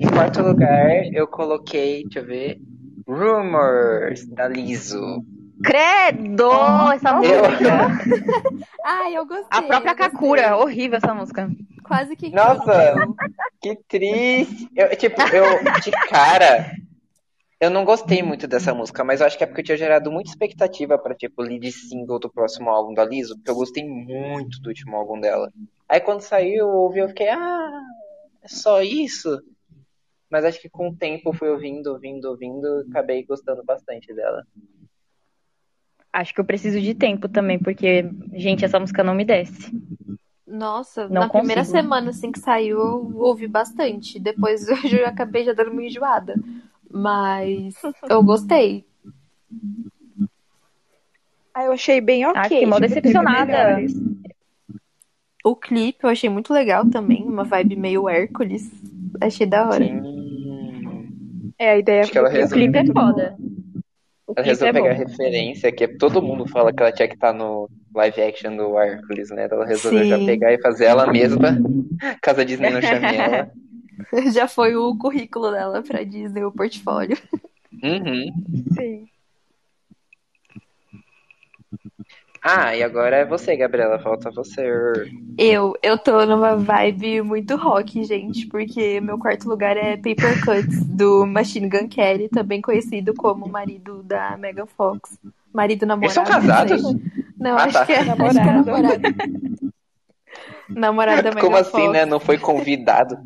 C: Em quarto lugar, eu coloquei, deixa eu ver, Rumors, da Liso.
A: Credo! essa
C: Eu...
A: música. é
B: Ai, eu gostei.
A: A própria
B: eu gostei.
A: Kakura, horrível essa música.
B: Quase que
C: Nossa.
B: incrível.
C: Que triste. Eu, tipo, eu, de cara, eu não gostei muito dessa música, mas eu acho que é porque eu tinha gerado muita expectativa pra, tipo, lead single do próximo álbum da Liso, porque eu gostei muito do último álbum dela. Aí quando saiu, eu ouvi, eu fiquei, ah, é só isso? Mas acho que com o tempo eu fui ouvindo, ouvindo, ouvindo, acabei gostando bastante dela.
A: Acho que eu preciso de tempo também, porque, gente, essa música não me desce.
B: Nossa,
A: Não
B: na primeira
A: consigo.
B: semana assim que saiu, eu ouvi bastante. Depois <laughs> eu já acabei já dando uma enjoada. Mas eu gostei.
D: Ah, eu achei bem ok.
A: Ah, fiquei mó
D: tipo, teve
A: decepcionada.
D: melhores.
B: O clipe eu achei muito legal também, uma vibe meio Hércules. Achei da hora.
C: Hum,
D: É, a ideia
C: Acho que ela
D: foi-
A: O clipe é foda. O clipe é
C: ela resolveu pegar a
A: bom.
C: referência, que todo mundo fala que ela tinha que estar no live action do Hércules, né? Ela resolveu já
B: Sim.
C: pegar e fazer ela mesma, <laughs> caso a Disney não chame ela.
B: <laughs> Já foi o currículo dela pra Disney, o portfólio.
C: Uhum.
D: Sim.
C: Ah, e agora é você, Gabriela. Falta você.
B: Eu, eu tô numa vibe muito rock, gente, porque meu quarto lugar é Paper Cuts, do Machine Gun Kelly, também conhecido como marido da Megan Fox. Marido
C: Eles são
B: namorado,
C: casados?
B: não sei. Não,
C: Ah,
B: acho
C: tá.
B: que é
A: <laughs>
B: acho que é
D: Namorado.
B: namorado. Namorado da
C: Como
B: Megan
C: assim,
B: Fox.
C: né? Não foi convidado.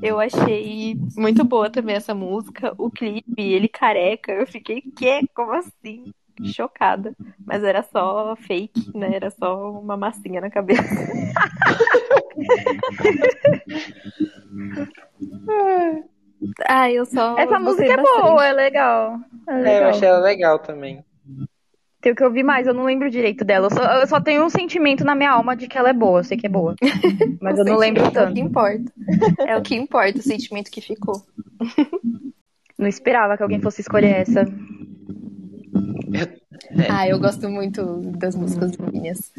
B: Eu achei muito boa também essa música. O clipe, ele careca. Eu fiquei, quê? Como assim? Chocada. Mas era só fake, né? Era só uma massinha na cabeça. <laughs> Ah, eu só
A: Essa música
B: gostei
A: é
B: bastante.
A: boa, é legal. É
C: É,
A: <laughs>
C: eu
A: legal.
C: achei ela legal também.
A: Tem o que eu vi mais, eu não lembro direito dela. Eu só, eu só tenho um sentimento na minha alma de que ela é boa. Eu sei que é boa. Mas
B: O
A: eu não lembro
B: sentimento É o que
A: tanto.
B: importa. É o que importa, o sentimento que ficou.
A: Não esperava que alguém fosse escolher essa.
C: É.
B: Ah, eu gosto muito das músicas minhas.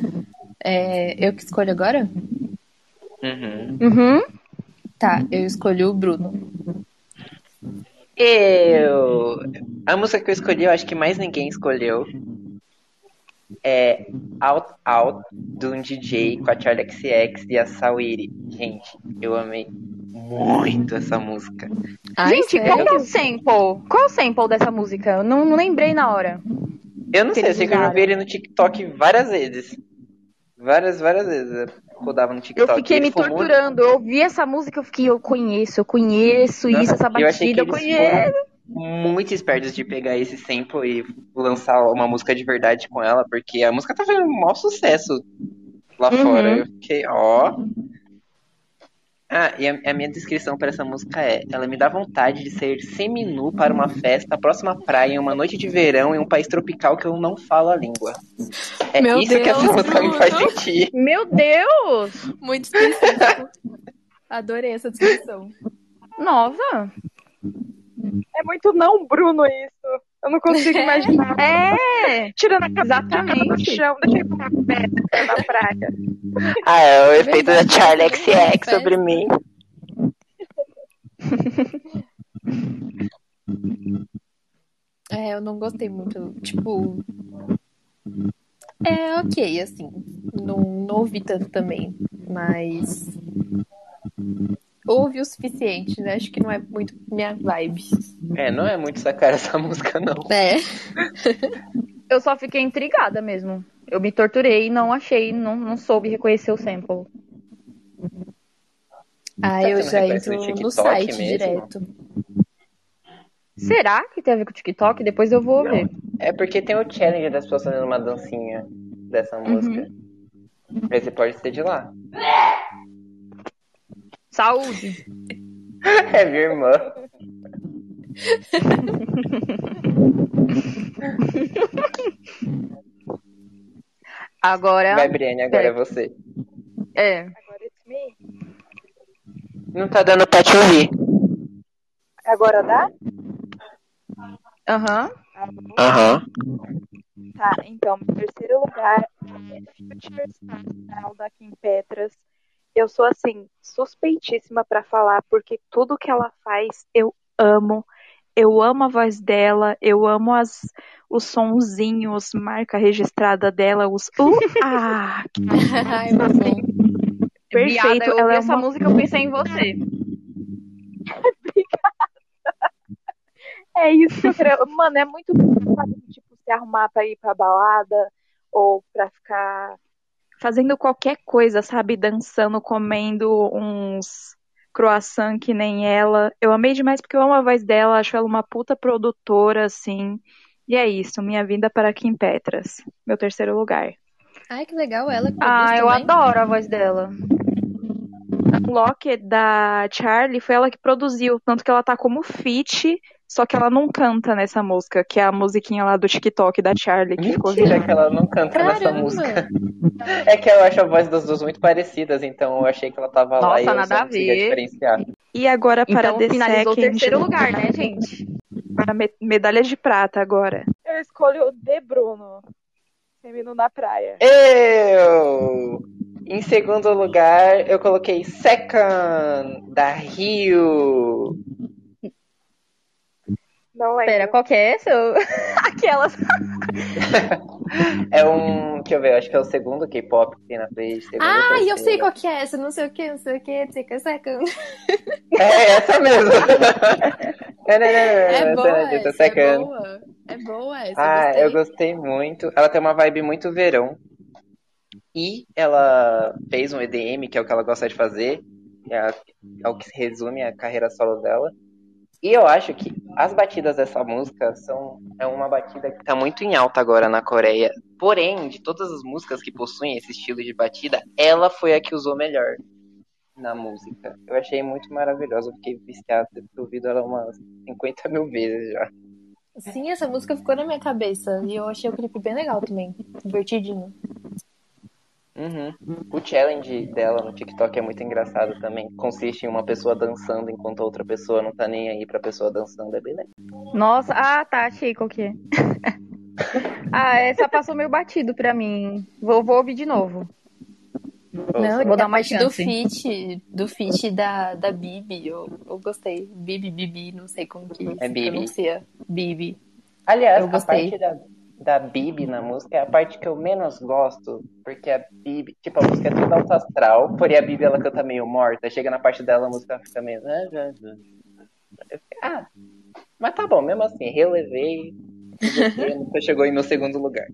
B: É, eu que escolho agora?
C: Uhum.
A: Uhum.
B: Tá, eu escolhi o Bruno.
C: Eu. A música que eu escolhi, eu acho que mais ninguém escolheu. É Out Out, de um DJ com a Charlie XX e a Sawiri. Gente, eu amei muito essa música.
B: Ai,
A: Gente, qual
B: sério?
A: que é o sample? Qual é o sample dessa música? Eu não, não lembrei na hora
C: Eu não
A: que
C: sei, eu
A: eles
C: sei que eu já vi
A: usaram.
C: ele no TikTok várias vezes. Várias, várias vezes. Eu rodava no
A: Eu
C: TikTok. E
A: fiquei
C: Tá, ele
A: me
C: ficou muito.
A: torturando. Eu ouvi essa música, eu fiquei, eu conheço, eu conheço isso,
C: Nossa,
A: essa
C: Né? eu achei que
A: batida, eu
C: eles
A: conheço.
C: foram muito espertos de pegar esse sample e lançar uma música de verdade com ela, porque a música tá fazendo um maior sucesso lá
A: Uhum.
C: fora. Eu fiquei, ó. Ah, e a, a minha descrição para essa música é: ela me dá vontade de ser seminu para uma festa, próxima à praia, em uma noite de verão, em um país tropical que eu não falo a língua. É
B: Meu
C: isso que essa
B: Deus,
C: música me faz
B: Bruno!
C: sentir.
A: <laughs> Meu Deus!
B: Muito específico. Adorei essa descrição.
A: Nossa!
D: É muito não Bruno isso. Eu não consigo
B: É.
D: <laughs> imaginar.
A: É!
D: Tirando a cabeça no
A: Exatamente.
D: chão, deixa eu ir pra uma festa, na praia.
C: Ah, é o efeito da
B: Verdade, ela
C: Charlie
B: também vai em
C: XX sobre
B: festa.
C: mim.
B: É, eu não gostei muito. Tipo. É ok, assim. Não, não ouvi tanto também. Mas. Ouvi o suficiente, né? Acho que não é muito minha vibe.
C: É, não é muito essa cara essa <laughs> música, não.
B: É.
A: Eu só fiquei intrigada mesmo. Eu me torturei e não achei, não, não soube reconhecer o
C: Hum.
A: sample.
B: Ah,
C: Será
B: eu
C: que você não
B: já
C: reconhece
B: entro
C: no
B: no
C: TikTok
B: site
C: mesmo?
B: direto. <laughs>
A: Será que tem a ver com o TikTok? Depois eu vou ver.
C: É porque tem o challenge das pessoas fazendo uma dancinha dessa música. Mas você pode ser de lá. <laughs>
A: Saúde!
C: É minha irmã. Vai,
A: Agora.
C: Brienne, agora é
A: Pera,
C: você.
A: é.
D: Agora it's me.
C: Não tá dando pra te ouvir.
D: Agora dá?
A: Aham.
C: Aham.
D: Tá, então, em terceiro lugar, é Future Style da Kim Petras. Eu sou, assim, suspeitíssima pra falar, porque tudo que ela faz eu amo. Eu amo a voz dela, eu amo as, os sonzinhos, marca registrada dela, os uh, <laughs> ah, que
B: Ai, muito bom.
A: Viada,
D: perfeito.
A: eu
D: Ela
A: ouvi
D: é
A: essa
D: uma
A: música eu pensei em você.
D: É isso que eu quero. Mano, é muito bom, sabe? Tipo, se arrumar pra ir pra balada ou pra ficar fazendo qualquer coisa, sabe? Dançando, comendo uns croissant que nem ela. Eu amei demais porque eu amo a voz dela, acho ela uma puta produtora, assim. E é isso, minha vinda para Kim Petras, meu terceiro lugar.
B: Ai, que legal ela. que
F: Ah,
B: produz
F: eu
B: também.
F: adoro a voz dela.
D: Unlocked da Charlie foi ela que produziu, tanto que ela tá como feat, só que ela não canta nessa música, que é a musiquinha lá do TikTok da Charlie que ficou
C: Mentira
D: virando.
C: que ela não canta nessa música.
B: Caramba!
C: É que eu acho a voz das duas muito parecidas, então eu achei que ela tava lá
F: Nossa,
C: e eu
F: nada
C: só
F: a
C: não conseguia
F: ver.
C: diferenciar.
D: E agora para
F: Então
D: The
F: finalizou o
D: Second,
F: terceiro lugar, né, gente?
D: a me- medalha de prata agora.
G: Eu escolho o De Bruno. Termino na praia.
C: Eu! Em segundo lugar, eu coloquei Second, da Rio.
G: Não lembro.
F: Pera, qual que é essa? Eu- <laughs> Aquelas.
C: É um, deixa eu ver, acho que é o segundo K-pop que tem na playlist, segundo ou
B: Ai, eu sei
C: terceiro.
B: qual que é essa, não sei o que, não sei o que, não sei o que, second.
C: É essa mesmo. é, não, não, não, não,
B: É boa
C: essa não,
B: essa, é
C: Second.
B: boa. É boa essa, eu
C: Ah,
B: gostei.
C: eu gostei muito. Ela tem uma vibe muito verão. E ela fez um EDM, que é o que ela gosta de fazer. É, a- é o que resume a carreira solo dela. E eu acho que as batidas dessa música são é uma batida que tá muito em alta agora na Coreia. Porém, de todas as músicas que possuem esse estilo de batida, ela foi a que usou melhor na música. Eu achei muito maravilhosa. Eu fiquei viciado, eu tô ouvindo ela umas 50 mil vezes já.
B: Sim, essa música ficou na minha cabeça e eu achei o clipe bem legal também, divertidinho.
C: Uhum. O challenge dela no TikTok é muito engraçado também. Consiste em uma pessoa dançando enquanto a outra pessoa não tá nem aí pra pessoa dançando. É bem legal.
F: Nossa, ah, tá, achei qual que é. <laughs> Ah, essa passou meio batido pra mim. Vou, vou ouvir de novo.
B: Não,
F: Vou
B: e
F: dar
B: a
F: uma
B: parte do
F: chance.
B: feat, do feat da, da Bibi, eu, eu gostei. Bibi, Bibi, não sei como que
C: É
B: se
C: Bibi.
B: pronuncia. Bibi.
C: Aliás,
B: Eu
C: a
B: gostei.
C: parte da, da Bibi na música é a parte que eu menos gosto, porque a Bibi, tipo, a música é toda alto astral, porém a Bibi ela canta meio morta. Chega na parte dela, a música fica meio. né, Ah, mas tá bom, mesmo assim, relevei. Gostei, a música chegou em meu segundo lugar.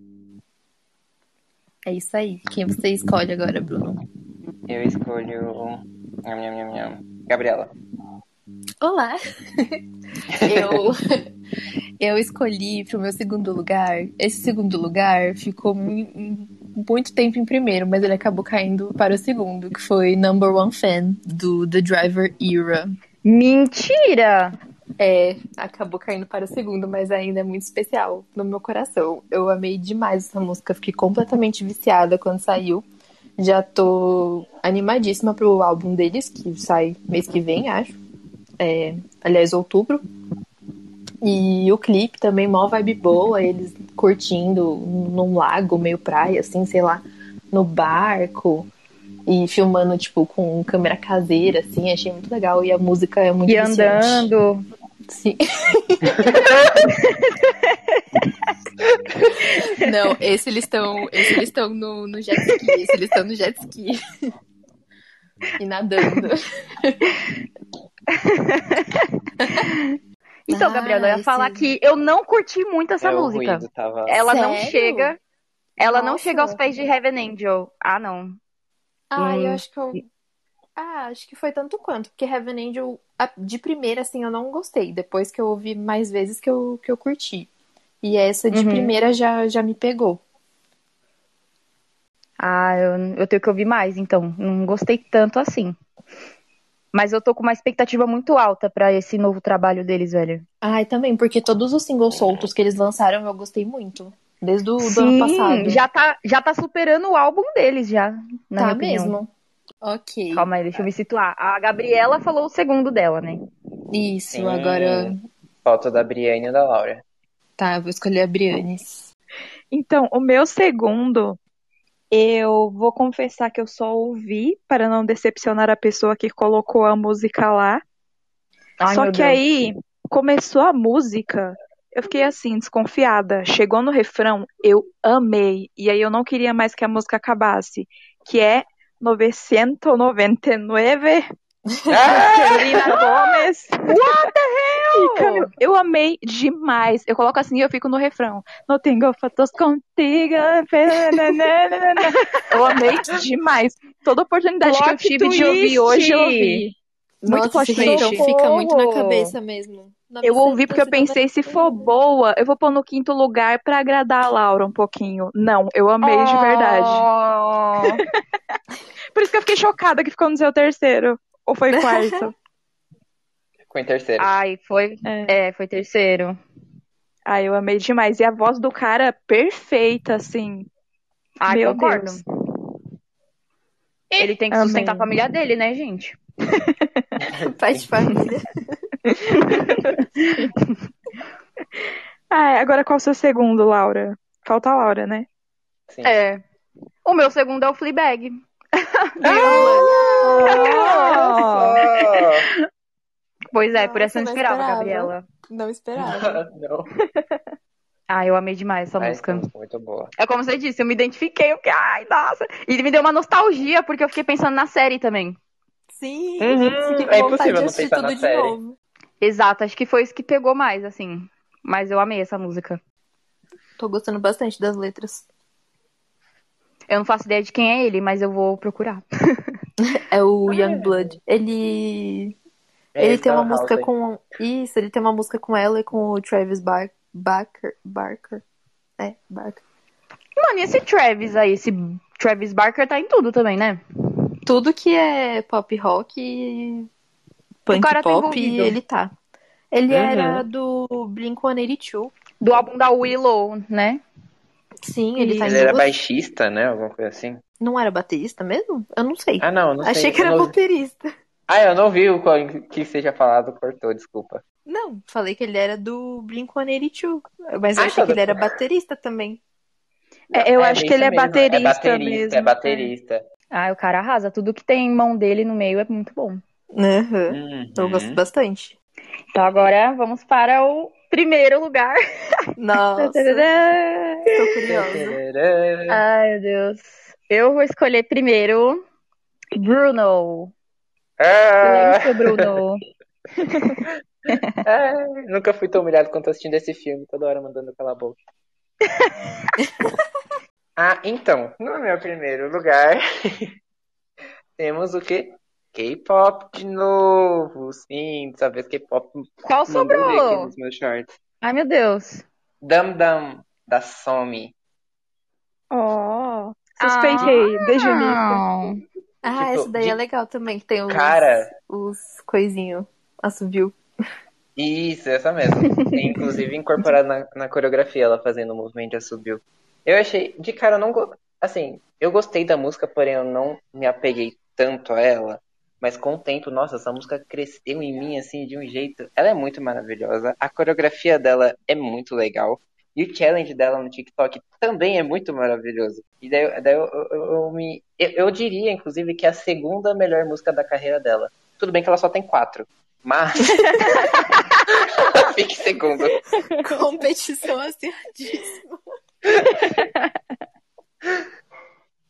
B: É isso aí. Quem você escolhe agora, Bruno?
C: Eu escolho. nham, nham, nham, nham. Gabriela.
B: Olá! Eu, eu escolhi pro meu segundo lugar. Esse segundo lugar ficou mu- mu- muito tempo em primeiro, mas ele acabou caindo para o segundo, que foi Number One Fan do The Driver Era.
F: Mentira!
B: É, acabou caindo para o segundo, mas ainda é muito especial no meu coração. Eu amei demais essa música, fiquei completamente viciada quando saiu. Já tô animadíssima pro álbum deles, que sai mês que vem, acho. É, aliás, outubro. E o clipe também, mó vibe boa, eles curtindo num lago, meio praia, assim, sei lá, no barco. E filmando, tipo, com câmera caseira, assim, achei muito legal. E a música é muito
F: E
B: viciante.
F: andando.
B: Sim. <laughs> Não, esse eles estão, esse eles estão no, no jet ski, esse eles estão no jet ski. E nadando.
F: Então,
B: Ah,
F: Gabriela, eu ia
B: esse-
F: falar que eu não curti muito essa
C: é, o
F: música.
C: ruído tava.
A: É
F: Ela não
B: Sério?
F: chega. Ela não
B: Nossa.
F: chega aos pés de Heaven Angel. Ah, não.
B: Ah,
F: Hum,
B: eu acho que eu Ah, acho que foi tanto quanto, porque Heaven Angel a- de primeira assim eu não gostei, depois que eu ouvi mais vezes que eu, que eu curti. E essa de
F: Uhum.
B: primeira já, já me pegou.
F: Ah, eu, eu tenho que ouvir mais, então. Não gostei tanto assim. Mas eu tô com uma expectativa muito alta pra esse novo trabalho deles, velho.
B: Ah, e também, porque todos os singles soltos que eles lançaram eu gostei muito. Desde o do ano
F: Sim,
B: passado.
F: já tá, já tá superando o álbum deles, já, na minha
B: tá
F: opinião.
B: mesmo. Ok.
D: Tá
F: Calma aí, deixa eu me situar. A Gabriela falou o segundo dela, né?
B: Isso,
C: Sim.
B: agora
C: assim, Falta da Brienne e da Laura.
B: Tá, eu vou escolher a Brianes.
D: Então, o meu segundo, eu vou confessar que eu só ouvi para não decepcionar a pessoa que colocou a música lá.
F: Ai,
D: Só
F: meu
D: que
F: Deus.
D: aí começou a música, eu fiquei assim, desconfiada. Chegou no refrão, eu amei. E aí eu não queria mais que a música acabasse, que é 999
C: Ah!
D: Selena Gomez. fica, meu. Eu amei demais. Eu coloco assim e eu fico no refrão. Não tenho fotos contigo. nananana. eu amei demais. Toda oportunidade que eu
A: Plot
D: tive de ouvir
A: twist.
D: hoje, eu ouvi. Muito
B: Nossa,
D: plot
B: esse trecho
D: twist.
B: fica muito na
A: Socorro!
B: cabeça mesmo. Na
D: Eu ouvi
B: bicicleta,
D: porque eu
B: você dá
D: pensei, se for
B: bicicleta.
D: boa, eu vou pôr no quinto lugar pra agradar a Laura um pouquinho. Não, eu amei de verdade.
A: Oh.
D: Por isso que eu fiquei chocada que ficou no seu terceiro. Ou foi
A: <laughs>
D: quarto?
C: Ficou em terceiro.
A: Ai, foi.
D: É.
A: É, foi terceiro.
D: Ah, eu amei demais. E a voz do cara perfeita, assim.
A: Ai,
D: Meu
A: concordo.
D: Deus.
A: Ele tem que sustentar a
D: Amém.
A: família dele, né, gente?
H: Pai de
D: <laughs>
H: família.
D: Ah, agora qual o seu segundo, Laura? Falta a Laura, né?
C: Sim.
A: É. O meu segundo é o Fleabag.
D: Oh!
C: Olha
A: Pois é, por
H: Nossa,
A: essa eu não
H: não
A: esperava,
H: esperava.
A: Gabriela.
H: Não esperava.
C: só. <laughs> Não.
A: Ah, eu amei demais essa
C: Ai, essa
A: música.
C: música é muito boa.
A: É como você disse, eu me identifiquei, eu fiquei, ai, nossa. E me deu uma nostalgia, porque eu fiquei pensando na série também.
H: Sim,
C: Uhum,
H: fiquei com
C: é
H: vontade
C: impossível
H: de
C: não
H: assistir
C: pensar na
H: tudo de
C: série.
H: novo.
A: Exato, acho que foi isso que pegou mais, assim. Mas eu amei essa música.
H: Tô gostando bastante das letras.
A: Eu não faço ideia de quem é ele, mas eu vou procurar.
H: É o
C: Ah,
H: Young Blood. Ele
C: É
H: ele
C: esse
H: tem
C: da
H: uma música
C: House, hein?
H: com. Isso, ele tem uma música com ela e com o Travis Bar Barker. Barker. É, Barker.
A: Mano, e esse Travis aí, esse Travis Barker tá em tudo também, né?
H: Tudo que é pop rock, punk
A: cara tá
H: pop,
A: envolvido.
H: ele tá. Ele
C: Uhum.
H: era do Blink 182.
A: Do álbum da Willow, né?
H: Sim, ele tá em
C: Ele era
H: duas.
C: baixista, né? Alguma coisa assim.
H: Não era baterista mesmo? Eu não sei.
C: Ah, não, não
H: Achei
C: sei.
H: que
C: Eu
H: era
B: um
C: não...
H: baterista.
C: Ah, eu não vi o qual- que seja falado, cortou, desculpa.
H: Não, falei que ele era do Blink-182, mas eu achei
C: Ah, então
H: que ele era
C: depois-
H: baterista também.
D: É, eu
C: É,
D: acho
C: é
D: que
C: isso
D: ele é
C: mesmo. É
D: baterista
C: baterista, é
D: mesmo. É.
C: baterista.
A: Ah, o cara arrasa. Tudo que tem mão dele no meio é muito bom.
H: Aham, Então Eu gosto
C: Uhum.
H: bastante.
A: Então agora vamos para o primeiro lugar.
H: Nossa,
A: Tadadadá!
H: tô
C: <laughs>
H: curiosa.
C: Tadadã.
A: Ai, meu Deus. Eu vou escolher primeiro Bruno.
C: Ah,
A: Silêncio,
C: <laughs>
A: Bruno.
C: ah, nunca fui tão humilhado quanto assistindo esse filme, toda hora mandando pela boca. Ah, então, no meu primeiro lugar, <laughs> temos o quê? K-pop de novo. Sim, dessa vez K-pop
A: Qual
C: mandou ver aqui
A: sobrou?
C: nos meus shorts.
A: Ai, meu Deus.
C: Dam Dam, da Somi.
D: Oh,
A: Ah,
D: suspeitei desde o início.
H: Ah, essa
C: Tipo,
H: daí é
C: de
H: legal também, que tem os,
C: cara,
H: os coisinhos. Assobio.
C: Isso, essa mesmo. É, inclusive incorporada na, na coreografia, ela fazendo o movimento de assobio. Eu achei, de cara, eu não. go- Assim, eu gostei da música, porém eu não me apeguei tanto a ela. Mas com o tempo, nossa, essa música cresceu em mim, assim, de um jeito. Ela é muito maravilhosa. A coreografia dela é muito legal. E o challenge dela no TikTok também é muito maravilhoso. E daí, daí eu, eu- eu- eu me. Eu, eu diria, inclusive, que é a segunda melhor música da carreira dela. Tudo bem que ela só tem quatro. Mas. <laughs> Fique segundo.
H: Competição acirradíssima.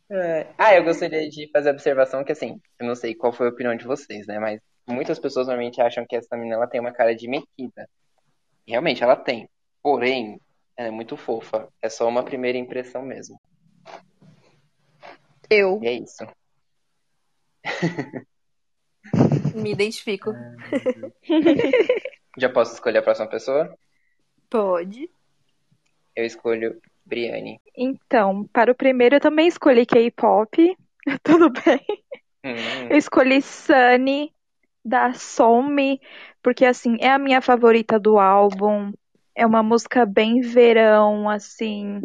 C: É. Ah, eu gostaria de fazer a observação que, assim, eu não sei qual foi a opinião de vocês, né? Mas muitas pessoas normalmente acham que essa menina ela tem uma cara de metida. Realmente, ela tem. Porém, ela é muito fofa. É só uma primeira impressão mesmo.
A: eu.
C: E é isso.
H: Me identifico.
C: Já posso escolher a próxima pessoa?
H: Pode.
C: Eu escolho Briane.
D: Então, para o primeiro eu também escolhi K-pop. <laughs> Tudo bem.
C: Hum,
D: Eu escolhi Sunny da Somi, porque assim, é a minha favorita do álbum. É uma música bem verão, assim,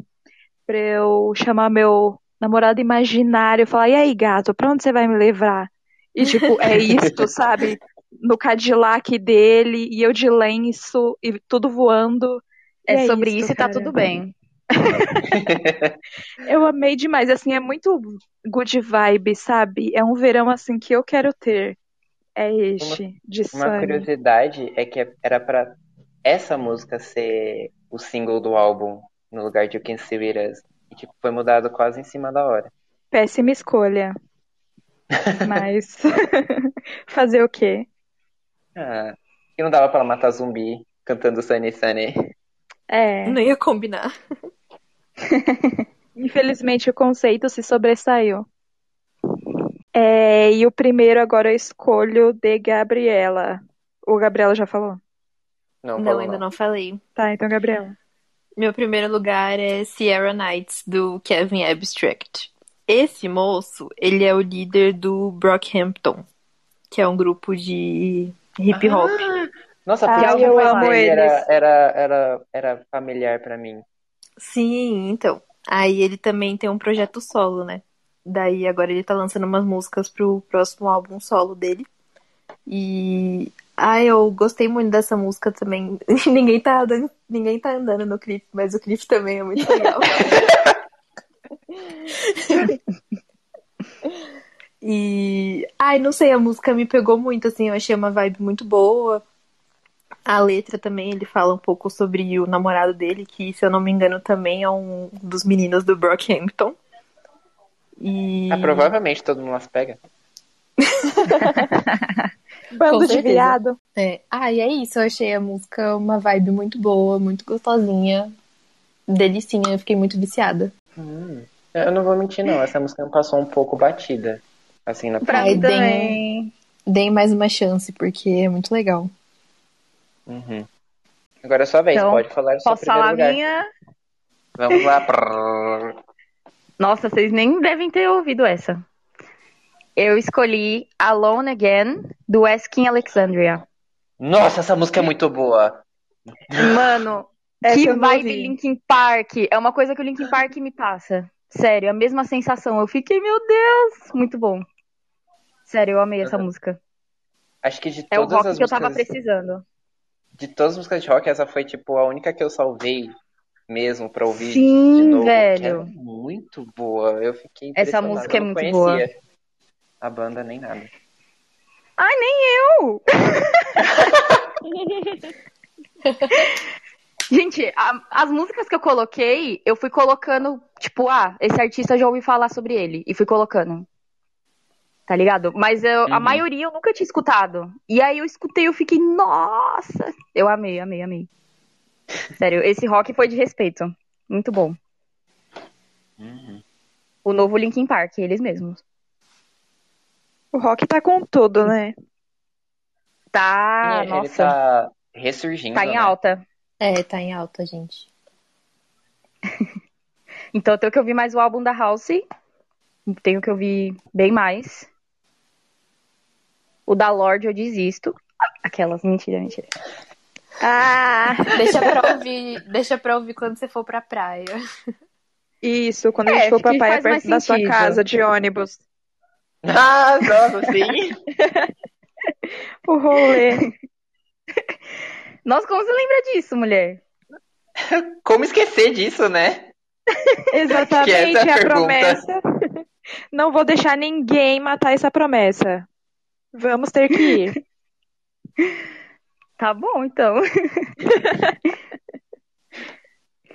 D: pra eu chamar meu namorado imaginário, e falar: "E aí, gato, pra onde você vai me levar?" E tipo, é isto, sabe? No Cadillac dele e eu de lenço e tudo voando. E
A: É
D: é
A: sobre
D: isto,
A: isso e tá
D: cara.
A: tudo bem.
D: Eu amei demais, assim, é muito good vibe, sabe? É um verão assim que eu quero ter. É
C: Uma,
D: este, de
C: uma
D: Sunny.
C: curiosidade é que era pra essa música ser o single do álbum, no lugar de You Can See It Us. E, tipo, foi mudado quase em cima da hora.
D: Péssima
C: <laughs>
D: escolha, <laughs> mas fazer o quê?
C: Ah, Que não dava pra ela matar zumbi cantando Sunny Sunny.
D: É.
H: Não ia combinar.
D: Infelizmente, o conceito se sobressaiu. É, e o primeiro agora eu escolho de Gabriela. O Gabriela já falou?
C: Não,
H: Não,
C: falou,
H: ainda
C: não.
H: não falei.
D: Tá, então Gabriela.
H: Meu primeiro lugar é Sierra Knights, do Kevin Abstract. Esse moço, ele é o líder do Brockhampton, que é um grupo de hip
C: Ah.
H: hop.
C: Nossa,
A: Ah,
D: Ai,
C: por isso que
D: eu
C: falar
D: amo
C: ele
D: eles.
C: era, era, era, era familiar pra mim.
H: Sim, então. Aí ele também tem um projeto solo, né? Daí agora ele tá lançando umas músicas pro próximo álbum solo dele. E. Ah, eu gostei muito dessa música também. <laughs> Ninguém tá, dan- ninguém tá andando no clipe, mas o clipe também é muito legal. <laughs> e. Ai, não sei, a música me pegou muito, assim. Eu achei uma vibe muito boa. A letra também, ele fala um pouco sobre o namorado dele, que, se eu não me engano, também é um dos meninos do Brockhampton. E...
C: Ah, provavelmente todo mundo as pega.
G: Bando de
B: certeza.
G: viado.
B: É. Ah, e é isso. Eu achei a música uma vibe muito boa, muito gostosinha. Delicinha, eu fiquei muito viciada.
C: Hum. Eu não vou mentir, não. Essa música me passou um pouco batida. Assim, na
A: Pra
B: Ai,
A: mim
B: bem.
A: também.
B: Deem mais uma chance, porque é muito legal.
C: Uhum. Agora é sua vez,
A: Então,
C: pode falar o seu
A: Posso
C: primeiro
A: falar a
C: lugar.
A: minha?
C: Vamos lá. Prrr.
A: Nossa, vocês nem devem ter ouvido essa. Eu escolhi Alone Again, do Asking Alexandria.
C: Nossa, essa música é muito boa.
A: Mano,
D: Essa
A: que
D: eu não
A: vibe
D: ouvi.
A: Linkin Park. É uma coisa que o Linkin Park me passa. Sério, é a mesma sensação. Eu fiquei, meu Deus, muito bom. Sério, eu amei essa
C: Uhum.
A: música.
C: Acho que de
A: É o
C: todas
A: rock
C: as
A: que eu tava
C: músicas,
A: precisando.
C: de todas as músicas de rock, essa foi tipo a única que eu salvei mesmo pra ouvir de
A: Sim,
C: novo. Que ela é
A: velho.
C: muito boa. Eu fiquei
A: Essa
C: impressionado.
A: música é
C: eu não
A: muito boa.
C: conhecia a banda nem nada.
A: Ai, nem eu! Gente, a- as músicas que eu coloquei, eu fui colocando, tipo, ah, esse artista eu já ouvi falar sobre ele. E fui colocando. Tá ligado? Mas eu- a
C: Uhum.
A: maioria eu nunca tinha escutado. E aí eu escutei, eu fiquei, nossa! Eu amei, amei, amei. Sério, esse rock foi de respeito. Muito bom.
C: Uhum.
A: O novo Linkin Park, eles mesmos.
D: O Rock tá com tudo, né?
A: Tá,
C: E ele
A: nossa,
C: tá ressurgindo,
A: tá em
C: né?
A: alta.
B: É, tá em alta, gente.
A: Então eu tenho que ouvir mais o álbum da House. Tenho que ouvir bem mais. O da Lorde eu desisto. Aquelas, mentira, mentira.
D: Ah!
H: Deixa pra ouvir, deixa pra ouvir quando você for pra praia.
D: Isso, quando a
A: É,
D: gente for pra
A: que
D: praia
A: faz
D: perto
A: mais
D: da sua
A: sentido.
D: casa, de ônibus.
C: <laughs> Ah, nossa, sim.
D: O <laughs> rolê.
A: Nossa, como você lembra disso, mulher?
C: Como esquecer disso, né?
D: Exatamente,
C: essa é a
D: a
C: pergunta.
D: promessa. Não vou deixar ninguém matar essa promessa. Vamos ter que <laughs> ir.
A: Tá bom, então. <laughs>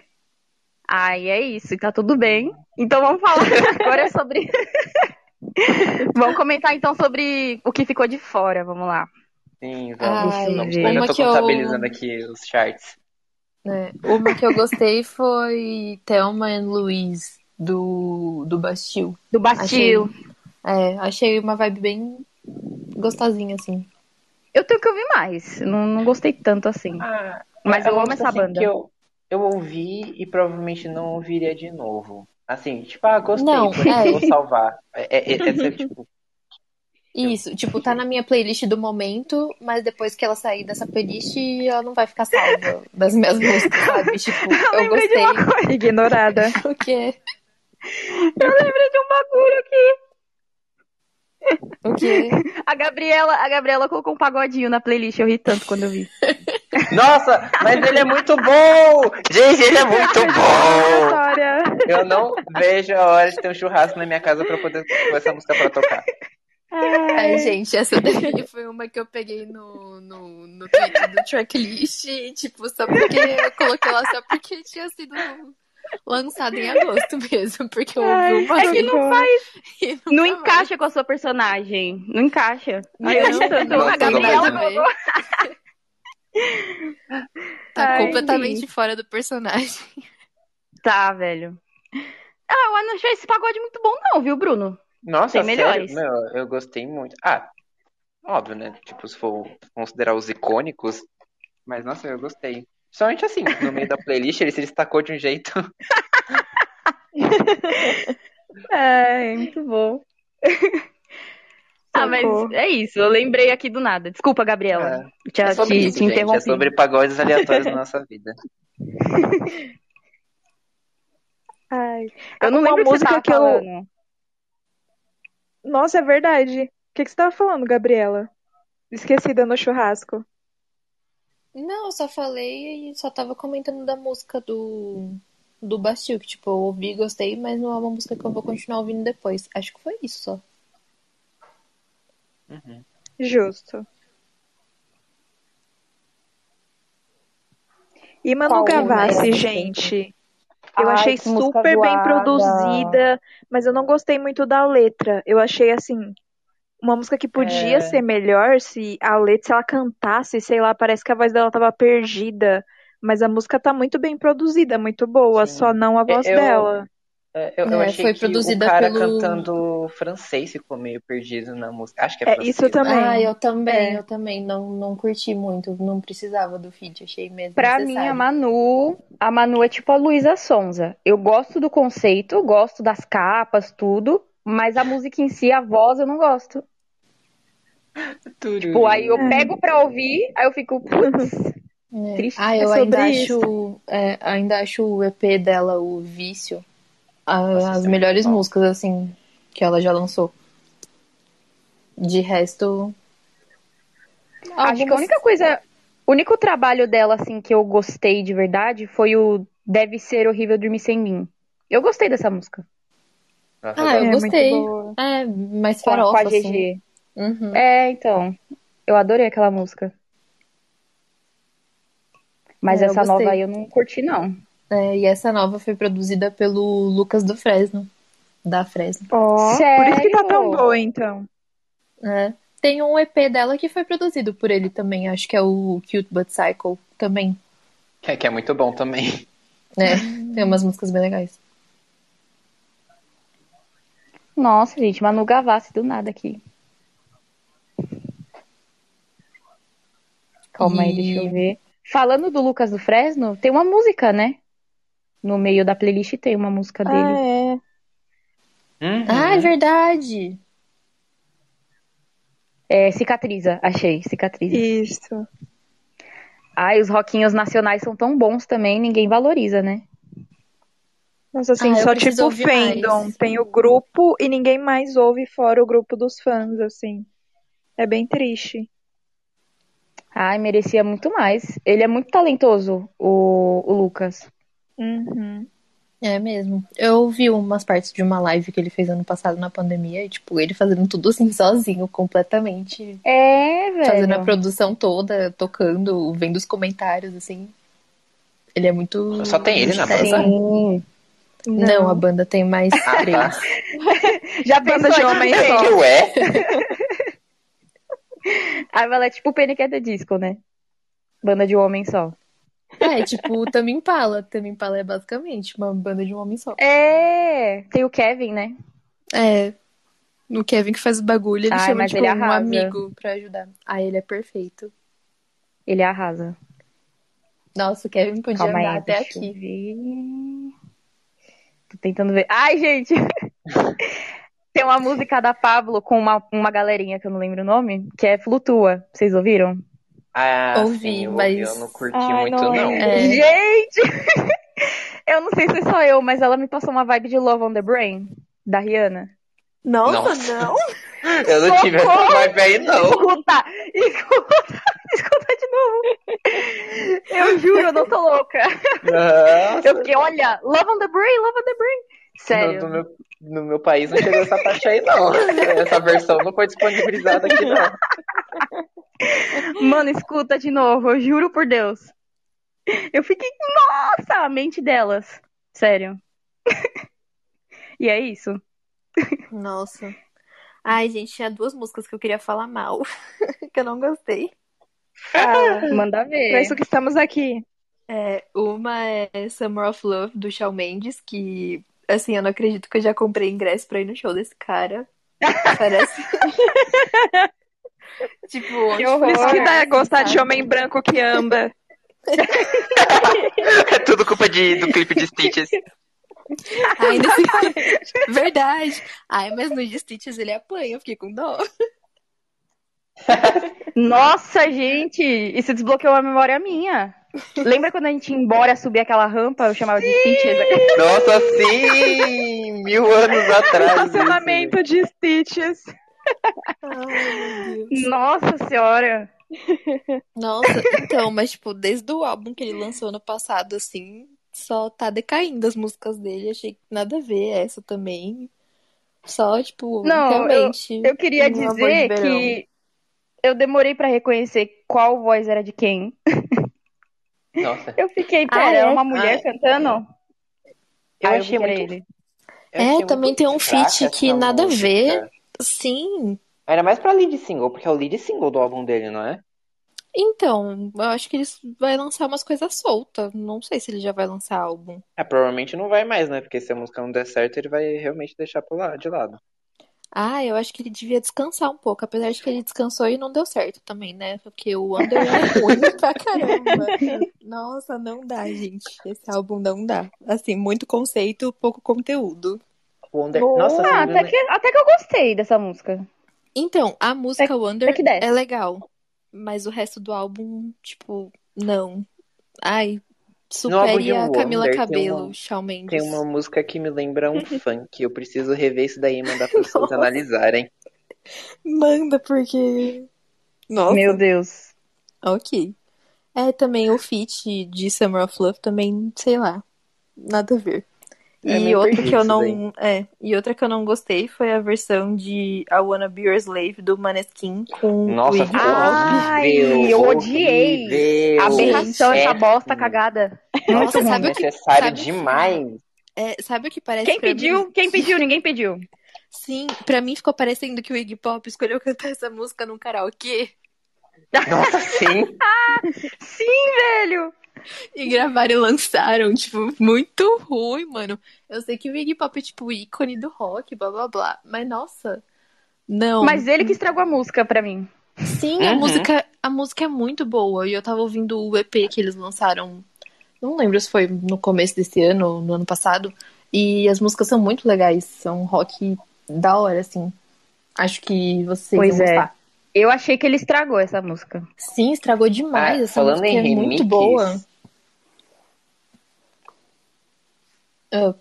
A: Ai, é isso, e tá tudo bem. Então vamos falar agora sobre. <laughs> vamos comentar então sobre o que ficou de fora, vamos lá.
C: Sim, vamos.
A: Deixa
B: Ai,
A: eu
C: vamos.
A: ver.
C: Eu ainda
B: uma
C: tô
B: que eu-
C: contabilizando aqui os charts.
B: né? Uma que eu gostei foi Thelma and Louise, do, do Bastille.
A: Do Bastille.
B: É, achei uma vibe bem gostosinha, assim.
A: Eu tenho que ouvir mais. Não, não gostei tanto assim.
C: Ah,
A: Mas
C: é
A: eu
C: uma
A: amo
C: música,
A: essa
C: assim,
A: banda.
C: que eu, eu ouvi e provavelmente não ouviria de novo. Assim, tipo, ah, gostei,
B: Não,
C: por isso
B: é.
A: <laughs>
C: vou salvar. É, é, é, é, tipo,
B: Isso, tipo, tá na minha playlist do momento, mas depois que ela sair dessa playlist, ela não vai ficar salva das
A: <laughs>
B: minhas músicas, sabe? Tipo, eu,
A: lembrei de
B: gostei
A: uma
D: Ignorada.
B: <laughs> porque.
A: Eu lembrei de um bagulho aqui.
B: O quê?
A: A Gabriela, a Gabriela colocou um pagodinho na playlist. Eu ri tanto quando eu
B: <laughs>
A: vi.
C: nossa, mas ele é muito bom! Gente, ele é muito bom!
D: Aleatória.
C: Eu não vejo a hora de ter um churrasco na minha casa pra eu poder pôr essa música pra tocar.
B: Ai, gente, essa daí foi uma que eu peguei no, no, no Twitter do tracklist, e, tipo, só porque eu coloquei lá só porque tinha sido lançada em agosto mesmo, porque eu ouvi
D: Ai,
B: uma
A: É que não
D: socorro.
A: faz.
B: e nunca
A: Não
B: mais.
A: encaixa com a sua personagem. Não encaixa. Ai, eu ri
B: tá Não,
A: tanto.
B: não
A: a
C: tudo bem,
A: Gabriela
B: tudo
C: tudo
B: bem. <laughs>
A: colocou.
H: Tá
D: Ai,
H: completamente fora do personagem.
A: Tá, velho. Ah, eu não achei esse pagode muito bom, não, viu, Bruno?
C: Nossa,
A: Tem
C: sério?
A: melhores.
C: Não, eu gostei muito. Ah, óbvio, né? Tipo, se for considerar os icônicos. Mas, nossa, eu gostei. Principalmente assim, no meio da playlist ele se destacou de um jeito.
A: É, muito bom. <laughs> ah, mas
D: Socorro.
A: é isso. Eu lembrei aqui do nada. Desculpa, Gabriela.
C: É,
A: Então, Te,
C: é sobre
A: te-
C: isso,
A: te
C: gente. É
A: interrompi.
C: sobre pagodes aleatórios da nossa vida.
D: Ai.
A: Eu não
D: Uma
A: lembro o que você
D: música
A: tava
D: que eu-
A: falando.
D: Nossa, é verdade. O que, que você tava falando, Gabriela? Esquecida no churrasco.
B: Não, eu só falei e só tava comentando da música do, do Bastille, que tipo, eu ouvi, gostei, mas não é uma música que eu vou continuar ouvindo depois. Acho que foi isso só.
C: Uhum.
D: Justo. E Manu
B: Qual
D: Gavassi,
B: mais?
D: gente. Eu
A: Ai,
D: achei
A: que música
D: super bem
A: zoada.
D: produzida, mas eu não gostei muito da letra. Eu achei assim, uma música que podia
C: É.
D: ser melhor se a letra, se ela cantasse, sei lá, parece que a voz dela tava perdida. Mas a música tá muito bem produzida, muito boa,
C: Sim.
D: só não a voz
C: Eu-
D: dela.
C: É, Eu, eu
B: É,
C: achei
B: foi
C: que o
B: produzida
C: cara
B: pelo-
C: cantando francês ficou meio perdido na música. Acho que é
D: É,
C: francês.
D: isso também.
B: Ah, eu também,
D: É.
B: eu também. Não, não curti muito, não precisava do feed, achei mesmo
A: Pra mim, a
B: necessário.
A: Manu, a Manu é tipo a Luísa Sonza. Eu gosto do conceito, gosto das capas, tudo, mas a música em si, a voz, eu não gosto. Tipo, aí eu
B: Hum.
D: É.
A: pego pra ouvir, aí eu fico,
B: <laughs>
A: putz,
B: É.
A: triste.
B: Ah,
D: É
B: eu ainda
D: sobre isso.
B: acho, é, ainda acho o EP dela, o Vício, a-
C: Nossa,
B: as
C: isso é
B: melhores
C: muito bom.
B: músicas, assim, que ela já lançou. De resto,
A: Acho que a
B: algumas.
A: única coisa, o único trabalho dela, assim, que eu gostei de verdade foi o Deve Ser Horrível Dormir Sem Mim. Eu gostei dessa música.
C: Nossa, eu
B: Ah,
C: gosto.
B: eu
D: É muito
B: gostei.
D: boa.
B: É, mais
A: Com a, com a
B: farofa, assim.
A: GG.
B: Uhum.
A: É, então. Eu adorei aquela música. Mas
B: É, eu
A: essa nova
B: gostei.
A: aí eu não curti, não.
B: É, e essa nova foi produzida pelo Lucas do Fresno, da Fresno.
D: Ó, por isso que tá tão
A: Sério?
D: boa, então.
B: É. Tem um EP dela que foi produzido por ele também, acho que é o Cute But Cycle também.
C: Que, que é muito bom também.
B: né? tem umas músicas bem legais.
A: Nossa, gente, Manu Gavassi do nada aqui. Calma aí, deixa eu
B: E-
A: ver. Falando do Lucas do Fresno, tem uma música, né? No meio da playlist tem uma música dele.
D: Ah, é.
C: Hum?
B: Ah,
C: Uhum.
B: é verdade!
A: É, Cicatriza, achei, Cicatriza.
D: Isso.
A: Ai, os roquinhos nacionais são tão bons também, ninguém valoriza, né?
D: Nossa, assim,
B: Ah, eu
D: só
B: preciso
D: tipo
B: ouvir mais.
D: fandom. Tem o grupo e ninguém mais ouve fora o grupo dos fãs, assim. É bem triste.
A: Ai, merecia muito mais. Ele é muito talentoso, o, o Lucas.
D: Uhum.
B: É mesmo. Eu ouvi umas partes de uma live que ele fez ano passado na pandemia, e, tipo, ele fazendo tudo assim sozinho, completamente.
A: É,
B: Fazendo a
A: velho.
B: produção toda, tocando, vendo os comentários, assim. Ele é muito
C: Só tem ele na
B: multitarefa.
C: banda?
A: Sim.
B: Não, a
D: Não.
B: banda tem mais
C: Ah, tá.
B: três.
A: Já
D: Banda
A: pensou
D: de
A: a
D: homem
A: gente
D: só.
A: fez?
C: é Ué?
A: Ai, ela é tipo o Panic! at the Disco, né? Banda de um homem só.
B: É, tipo, o Tame Impala. Tame Impala é basicamente uma banda de um homem só.
A: É, tem o Kevin, né?
B: É, no Kevin que faz o bagulho, ele
A: Ai,
B: chama,
A: mas
B: tipo,
A: ele
B: um
A: arrasa.
B: amigo pra ajudar. Ah, ele é perfeito.
A: Ele arrasa.
B: Nossa, o Kevin podia
A: Calma
B: andar
A: aí,
B: até
A: deixa eu
B: aqui.
A: ver. Tô tentando ver. Ai, gente! <laughs> Tem uma música da Pablo com uma, uma galerinha que eu não lembro o nome, que é Flutua. Vocês ouviram?
C: Ah, sim,
B: Ouvi,
C: eu ouvi. Eu não
B: mas.
C: curti
D: Ai,
C: muito,
D: não
C: não.
D: lembro.
B: É.
A: Gente! <laughs> Eu não sei se é só eu, mas ela me passou uma vibe de Love on the Brain, da Rihanna.
H: Nossa,
C: Nossa.
D: <laughs>
H: não!
C: Eu não tive essa
A: Socorro!
C: vibe aí, <laughs> não.
A: Escuta! <laughs> Escuta! Escuta de novo! Eu juro, eu não tô louca.
C: Nossa.
A: Eu fiquei, olha, Love on the Brain, Love on the Brain.
C: No,
A: Sério.
C: no meu, no meu país não chegou essa taxa aí, <laughs> não. Essa versão não foi disponibilizada aqui, não.
A: Mano, escuta de novo, eu juro por Deus. Eu fiquei, nossa, a mente delas. Sério. <laughs> E é isso.
B: <laughs>
H: Nossa. Ai, gente, tinha duas músicas que eu queria falar mal, que eu não gostei.
D: Ah,
A: Manda ver.
D: pra isso que estamos aqui.
B: É, uma é Summer of Love, do Shawn Mendes, que, assim, eu não acredito que eu já comprei ingresso pra ir no show desse
D: <laughs>
B: cara. Parece. tipo, onde
D: Por
B: for,
D: isso que dá gostar de
B: sabe?
D: homem branco que anda.
C: É tudo culpa de, do clipe de Stitches.
B: Ai, nesse- <laughs> Verdade. Ai, mas no The Stitches ele apanha, eu fiquei com dó.
A: Nossa, gente! Isso desbloqueou uma memória
D: <laughs>
A: minha. Lembra quando a gente ia embora subir aquela rampa? Eu chamava de
D: <laughs>
A: Stitches.
C: Nossa, sim! Mil anos atrás. isso, velho.
D: Estacionamento de Stitches.
B: Ai, meu Deus.
A: Nossa senhora!
B: Nossa, então, mas tipo, desde o álbum que ele lançou ano passado, assim, só tá decaindo as músicas dele. Achei que nada a ver essa também. Só, tipo,
A: Não,
B: realmente.
A: Eu queria
B: Um amor de
A: dizer
B: verão.
A: que eu demorei pra reconhecer qual voz era de quem.
C: Nossa.
A: Eu fiquei,
B: Ah,
A: pera,
B: é?
A: era uma mulher cantando?
C: Eu
A: Ah, vi
C: achei
A: que era
C: muito.
A: ele.
C: eu
B: É,
C: achei
B: também
C: muito
B: tem um
C: fraca
B: feat que
C: essa
B: nada a ver.
C: música.
B: Sim.
C: Ainda mais pra lead single, porque é o lead single do álbum dele, não é?
B: Então, eu acho que ele vai lançar umas coisas soltas. Não sei se ele já vai lançar álbum.
C: É, provavelmente não vai mais, né? Porque se a música não der certo, ele vai realmente deixar pro lado, de lado.
B: Ah, eu acho que ele devia descansar um pouco, apesar de que ele descansou e não deu certo também, né? Porque o
A: <laughs>
B: Under é ruim pra caramba. Nossa, não dá, gente. Esse álbum não dá. Assim, muito conceito, pouco conteúdo.
C: O Under... Nossa, né? se eu
A: Ah,
C: não me
A: até
C: engano,
A: que, até que eu gostei dessa música.
B: Então, a música
A: Até
B: Wonder
A: que desce.
B: é legal, mas o resto do álbum, tipo, não. Ai,
C: no álbum de
B: supere a Camila
C: Wonder tem uma,
B: Cabello, Shawn
C: tem
B: Mendes.
C: uma música que me lembra um funk. Eu preciso rever isso daí e mandar pra vocês
B: Nossa.
C: analisarem.
B: Manda, porque. Nossa.
A: Meu Deus.
B: Ok. É, também o feat de Summer of Love também, sei lá, nada a ver.
C: É
B: E
C: meio
B: outra que
C: perdido
B: eu
C: isso daí.
B: não, é, e outra que eu não gostei foi a versão de I Wanna Be Your Slave do Maneskin com o
C: Nossa,
B: Iggy
C: ficou
B: Pop.
A: Ai,
C: horrível,
A: eu odiei.
C: horrível. É
A: Aberração, essa
C: Péssimo.
A: bosta cagada. Muito
B: Nossa,
A: ruim.
B: sabe o que,
C: Desnecessário
B: sabe o que-
C: demais.
B: é, sabe o que parece
A: Quem
B: pra mim?
A: pediu? Quem pediu? Ninguém pediu.
B: Sim, pra mim ficou parecendo que o Iggy Pop escolheu cantar essa música num karaokê
C: Nossa, sim.
A: Sim, velho!
B: e gravaram e lançaram, tipo, muito ruim, mano. Eu sei que o Iggy Pop é tipo ícone do rock, blá blá blá, mas nossa, não.
A: Mas ele que estragou a música pra mim.
B: Sim, a
C: Uhum.
B: música, a música é muito boa. E eu tava ouvindo o EP que eles lançaram. Não lembro se foi no começo desse ano ou no ano passado. E as músicas são muito legais. São rock da hora, assim. Acho que vocês
A: Pois
B: vão
A: é.
B: gostar.
A: Eu achei que ele estragou essa música.
B: Sim, estragou demais.
C: Ah,
B: Essa
C: falando
B: música
C: em
B: é muito
C: remix,
B: boa. Ah,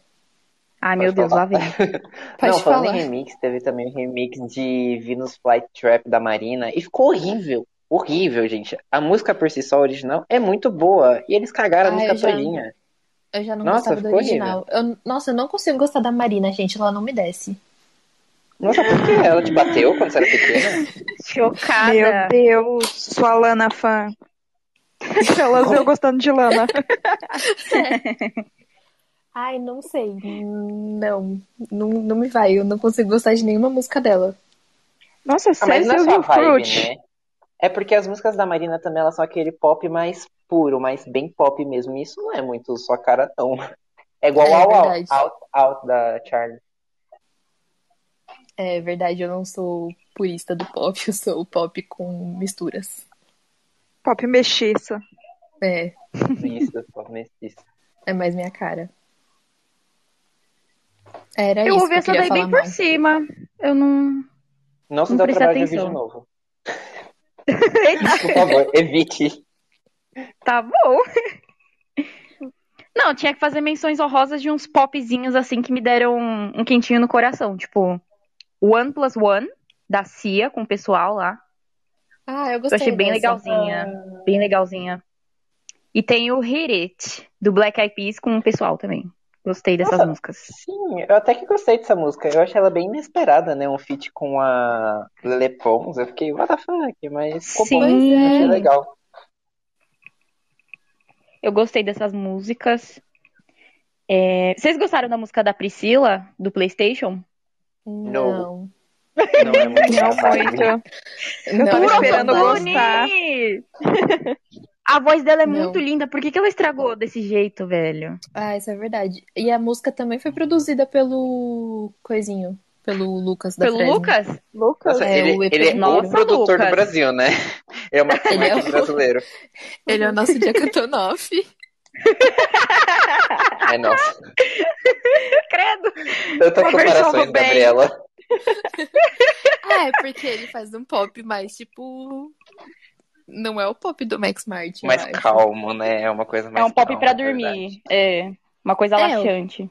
A: Ai, meu
C: pode
A: Deus,
C: falar.
A: lá vem.
B: pode
C: Não, falando em
B: falar.
C: remix, teve também o remix de Venus Flight Trap da Marina. E ficou horrível. Horrível, gente. A música por si só original é muito boa. E eles cagaram a
B: Ah,
C: música
B: eu já,
C: todinha.
B: eu já não
C: Nossa,
B: gostava do
C: ficou horrível.
B: original. Eu- nossa, eu não consigo gostar da Marina, gente. Ela não me desce.
C: Nossa, por que ela te bateu quando você era pequena?
B: <laughs>
D: Meu
A: <laughs> Chocada.
D: Deus, sua
C: <laughs>
D: Lana fã. Elas eu gostando de Lana.
B: Ai, não sei. Não, não, não me vai. Eu não consigo gostar de nenhuma música dela.
D: Nossa,
C: Ah, mas
D: sério,
C: não
D: você
C: é sua
D: ouviu
C: vibe,
D: Fruit?
C: né? É porque as músicas da Marina também elas são aquele pop mais puro, mais bem pop mesmo. E isso não é muito sua cara, não. É igual
B: É
C: ao Out,
B: verdade.
C: Out, Out da Charlie.
B: É verdade, eu não sou purista do pop, <laughs> eu sou pop com misturas.
D: Pop mexiça.
B: É,
C: Isso, pô, mestiço.
B: é mais minha cara. Era
A: Eu
B: isso
A: ouvi
B: que eu
A: essa
B: queria
A: daí
B: falar
A: bem por
B: mal.
A: cima. Eu <laughs> não,
C: Nossa,
A: não
C: dá
A: prestei
C: trabalho de ouvir de
A: atenção.
C: novo.
A: Eita,
C: Por favor, <laughs> evite.
A: tá bom. Não, tinha que fazer menções honrosas de uns popzinhos assim que me deram um, um quentinho no coração. Tipo, One Plus One, da Cia, com o pessoal lá.
B: Ah,
A: Eu
B: eu
A: achei
B: gostei
A: bem
B: dessa.
A: legalzinha. Bem legalzinha. E tem o Hit It, do Black Eyed Peas, com o pessoal também. Gostei dessas
C: Nossa,
A: músicas.
C: sim, eu até que gostei dessa música. Eu achei ela bem inesperada, né? Um feat com a Lele Pons. Eu fiquei, what the fuck? Mas ficou bom.
B: Pois
C: Achei
B: é.
A: Sim,
C: legal.
A: eu gostei dessas músicas. É, Vocês gostaram da música da Priscila, do PlayStation?
C: No.
B: Não.
C: Não é muito
D: Não
C: capaz.
D: muito.
B: Não,
D: tava
B: não,
D: esperando
B: não.
D: gostar.
A: <laughs> A voz dela é
B: Não.
A: muito linda. Por que, que ela estragou desse jeito, velho?
B: Ah, isso é verdade. E a música também foi produzida pelo Coisinho, pelo Lucas da
A: Pelo
B: Fresno.
A: Lucas?
I: Lucas.
C: Nossa,
B: É,
C: ele,
B: o EP
C: ele é
A: inteiro.
C: o produtor
A: Nossa,
C: do
A: Lucas.
C: Brasil, né? É o Mark
B: Ele é
C: Marques
B: o-
C: brasileiro.
B: Ele é o nosso Jakutonoff.
C: É, nossa.
A: Credo!
C: Tantas
A: Uma versão
C: comparações,
A: do bem.
C: Gabriela.
B: <laughs> Ah, é porque ele faz um pop mais, tipo... Não é o pop do Max Martin, eu
C: Mais
B: acho.
C: calmo, né? É uma coisa mais
A: é um pop
C: calma,
A: pra
C: na verdade.
A: dormir. É. Uma coisa
B: É, eu-
A: laxante.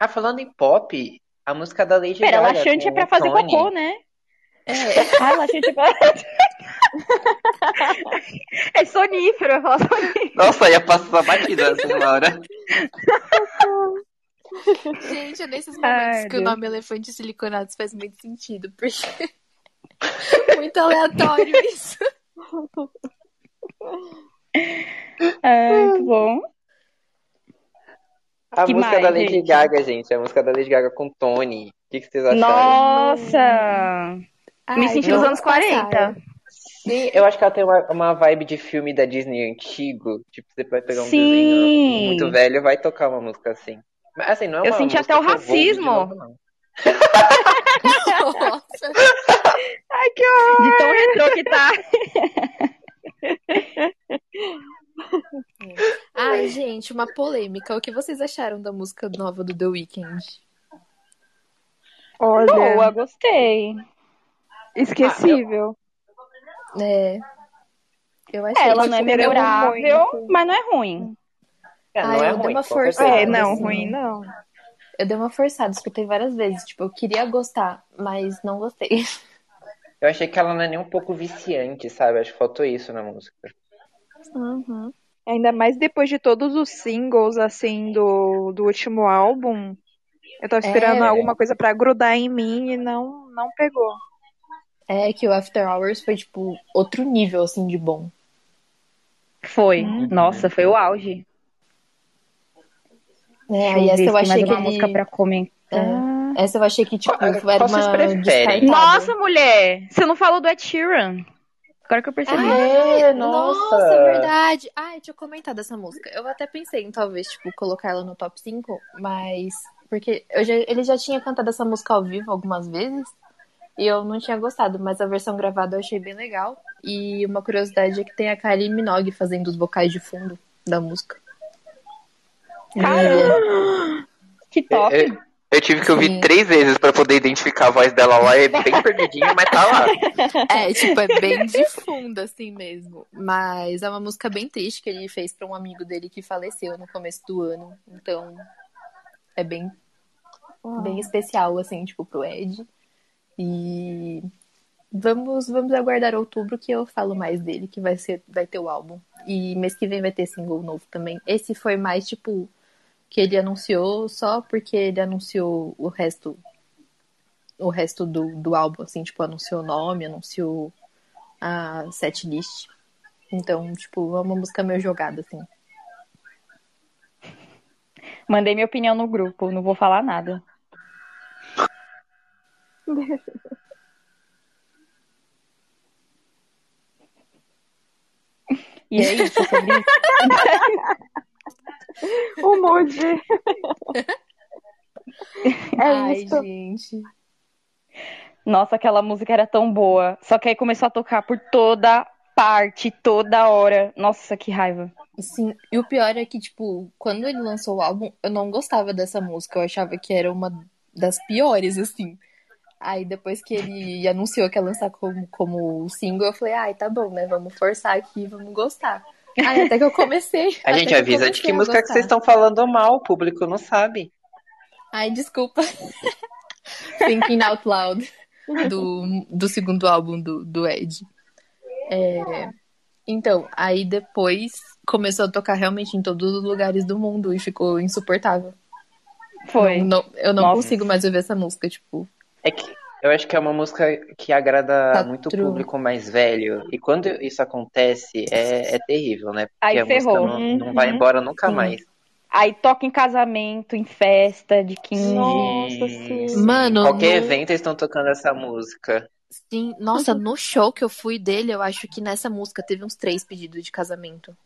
C: Ah, falando em pop, a música da Lady
A: Pera,
C: Gaga
A: laxante
C: com
A: é pra
C: o
A: fazer
C: Tony.
A: cocô, né?
B: É,
A: <laughs> Ah, laxante é pra. <laughs> é sonífero, eu falo sonífero.
C: Nossa, ia passar batida assim, Laura.
B: gente, é nesses momentos
A: Ai,
B: que o
A: Deus.
B: nome Elefante Siliconados faz muito sentido, porque... <laughs> Muito aleatório isso.
A: Ai, muito bom.
C: A
A: Que
C: música
A: mais,
C: da Lady
A: gente?
C: Gaga, gente. A música da Lady Gaga com o Tony. O que, que vocês acharam?
A: Nossa! Me
B: Ai,
A: senti nos anos
B: vamos passar.
A: 40.
C: Sim, eu acho que ela tem uma, uma vibe de filme da Disney antigo. Tipo, você vai pegar um desenho muito
A: Sim!
C: velho e vai tocar uma música assim. Mas assim, não é
A: Eu
C: uma
A: senti
C: música
A: até o
C: que eu vou ouvir de
A: racismo.
C: novo, não.
B: Nossa.
A: Ai, que horror! De tão retrô que tá. <laughs>
B: Ai, gente, uma polêmica. O que vocês acharam da música nova do The Weeknd?
D: Olha,
A: Boa, gostei.
D: esquecível.
B: É. Eu achei.
A: É, ela
B: tipo,
A: não é
D: Esperando
A: memorável,
D: muito.
A: mas não é ruim.
C: É, não
B: Ah,
C: é
B: eu dei
C: ruim,
B: uma
C: com certeza.
D: É,
B: forçada,
D: não,
B: assim.
D: ruim não.
B: Eu dei uma forçada, escutei várias vezes. Tipo, eu queria gostar, mas não gostei. <laughs>
C: Eu achei que ela não é nem um pouco viciante, sabe? Acho que faltou isso na música.
D: Uhum. Ainda mais depois de todos os singles, assim, do, do último álbum. Eu tava esperando
B: É.
D: alguma coisa pra grudar em mim e não, não pegou.
B: É que o After Hours foi, tipo, outro nível, assim, de bom.
A: Foi.
D: Hum.
A: Nossa, foi o auge. Deixa
B: É,
A: eu
B: aí
A: ver
B: essa
A: se
B: eu
A: tem mais
B: achei que
A: alguma música
B: ele.
A: pra comentar.
B: Essa eu achei que, tipo,
C: Qual-
B: era
C: qual vocês
B: uma
C: preferem?
B: descartável.
A: Nossa, mulher! Você não falou do Ed Sheeran. Agora que eu percebi.
I: Ah.
C: É,
B: Nossa, é
C: nossa!
B: verdade. Ai, deixa eu comentar dessa música. Eu até pensei em talvez, tipo, colocar ela no top 5, mas. Porque eu já- ele já tinha cantado essa música ao vivo algumas vezes e eu não tinha gostado, mas a versão gravada eu achei bem legal. E uma curiosidade é que tem a Kylie Minogue fazendo os vocais de fundo da música. E é-
A: Que
C: Eu,
A: top!
C: eu- eu tive que ouvir
B: Sim.
C: três vezes pra poder identificar a voz dela lá. É bem perdidinha, mas tá lá.
B: É, tipo, é bem de fundo, assim mesmo. Mas é uma música bem triste que ele fez pra um amigo dele que faleceu no começo do ano. Então, é bem
A: Ah.
B: bem especial, assim, tipo, pro Ed. E vamos, vamos aguardar outubro que eu falo mais dele, que vai ser, vai ter o álbum. E mês que vem vai ter single novo também. Esse foi mais, tipo, que ele anunciou só porque ele anunciou o resto, o resto do, do álbum, assim, tipo, anunciou o nome, anunciou a setlist. Então, tipo, é uma música meio jogada, assim.
A: Mandei minha opinião no grupo, não vou falar nada.
I: <laughs>
A: E é
B: <laughs>
A: isso sobre isso.
I: O
A: <laughs>
I: Moody. É
B: Ai,
I: isso.
B: gente.
A: Nossa, aquela música era tão boa. Só que aí começou a tocar por toda parte, toda hora. Nossa, que raiva.
B: Sim, e o pior é que, tipo, quando ele lançou o álbum, eu não gostava dessa música. Eu achava que era uma das piores, assim. Aí depois que ele anunciou que ia lançar como, como single, eu falei, ai, tá bom, né? Vamos forçar aqui, vamos gostar. Aí até que eu comecei,
C: A
B: <laughs> até
C: gente
B: que eu
C: avisa de
B: comecei
C: que
B: a
C: música que vocês
B: gostar.
C: estão falando mal, o público não sabe.
B: Ai, desculpa. Thinking Out Loud, do, do segundo álbum do, do Ed. É, Então, aí depois começou a tocar realmente em todos os lugares do mundo e ficou insuportável.
A: Foi.
B: Não, não- eu não
A: Nossa.
B: consigo mais ouvir essa música, tipo.
C: É que eu acho que é uma música que agrada
B: Tá
C: muito o
B: true.
C: público mais velho. E quando isso acontece, é, é terrível, né? Porque
A: Aí
C: a música
A: ferrou.
C: não, não vai
D: Uhum.
C: embora nunca
B: Sim.
C: mais.
A: Aí toca em casamento, em festa de 15.
D: Nossa, sim.
B: Mano,
C: Qualquer
B: no-
C: evento eles estão tocando essa música.
B: sim, nossa, no show que eu fui dele, eu acho que nessa música teve uns três pedidos de casamento.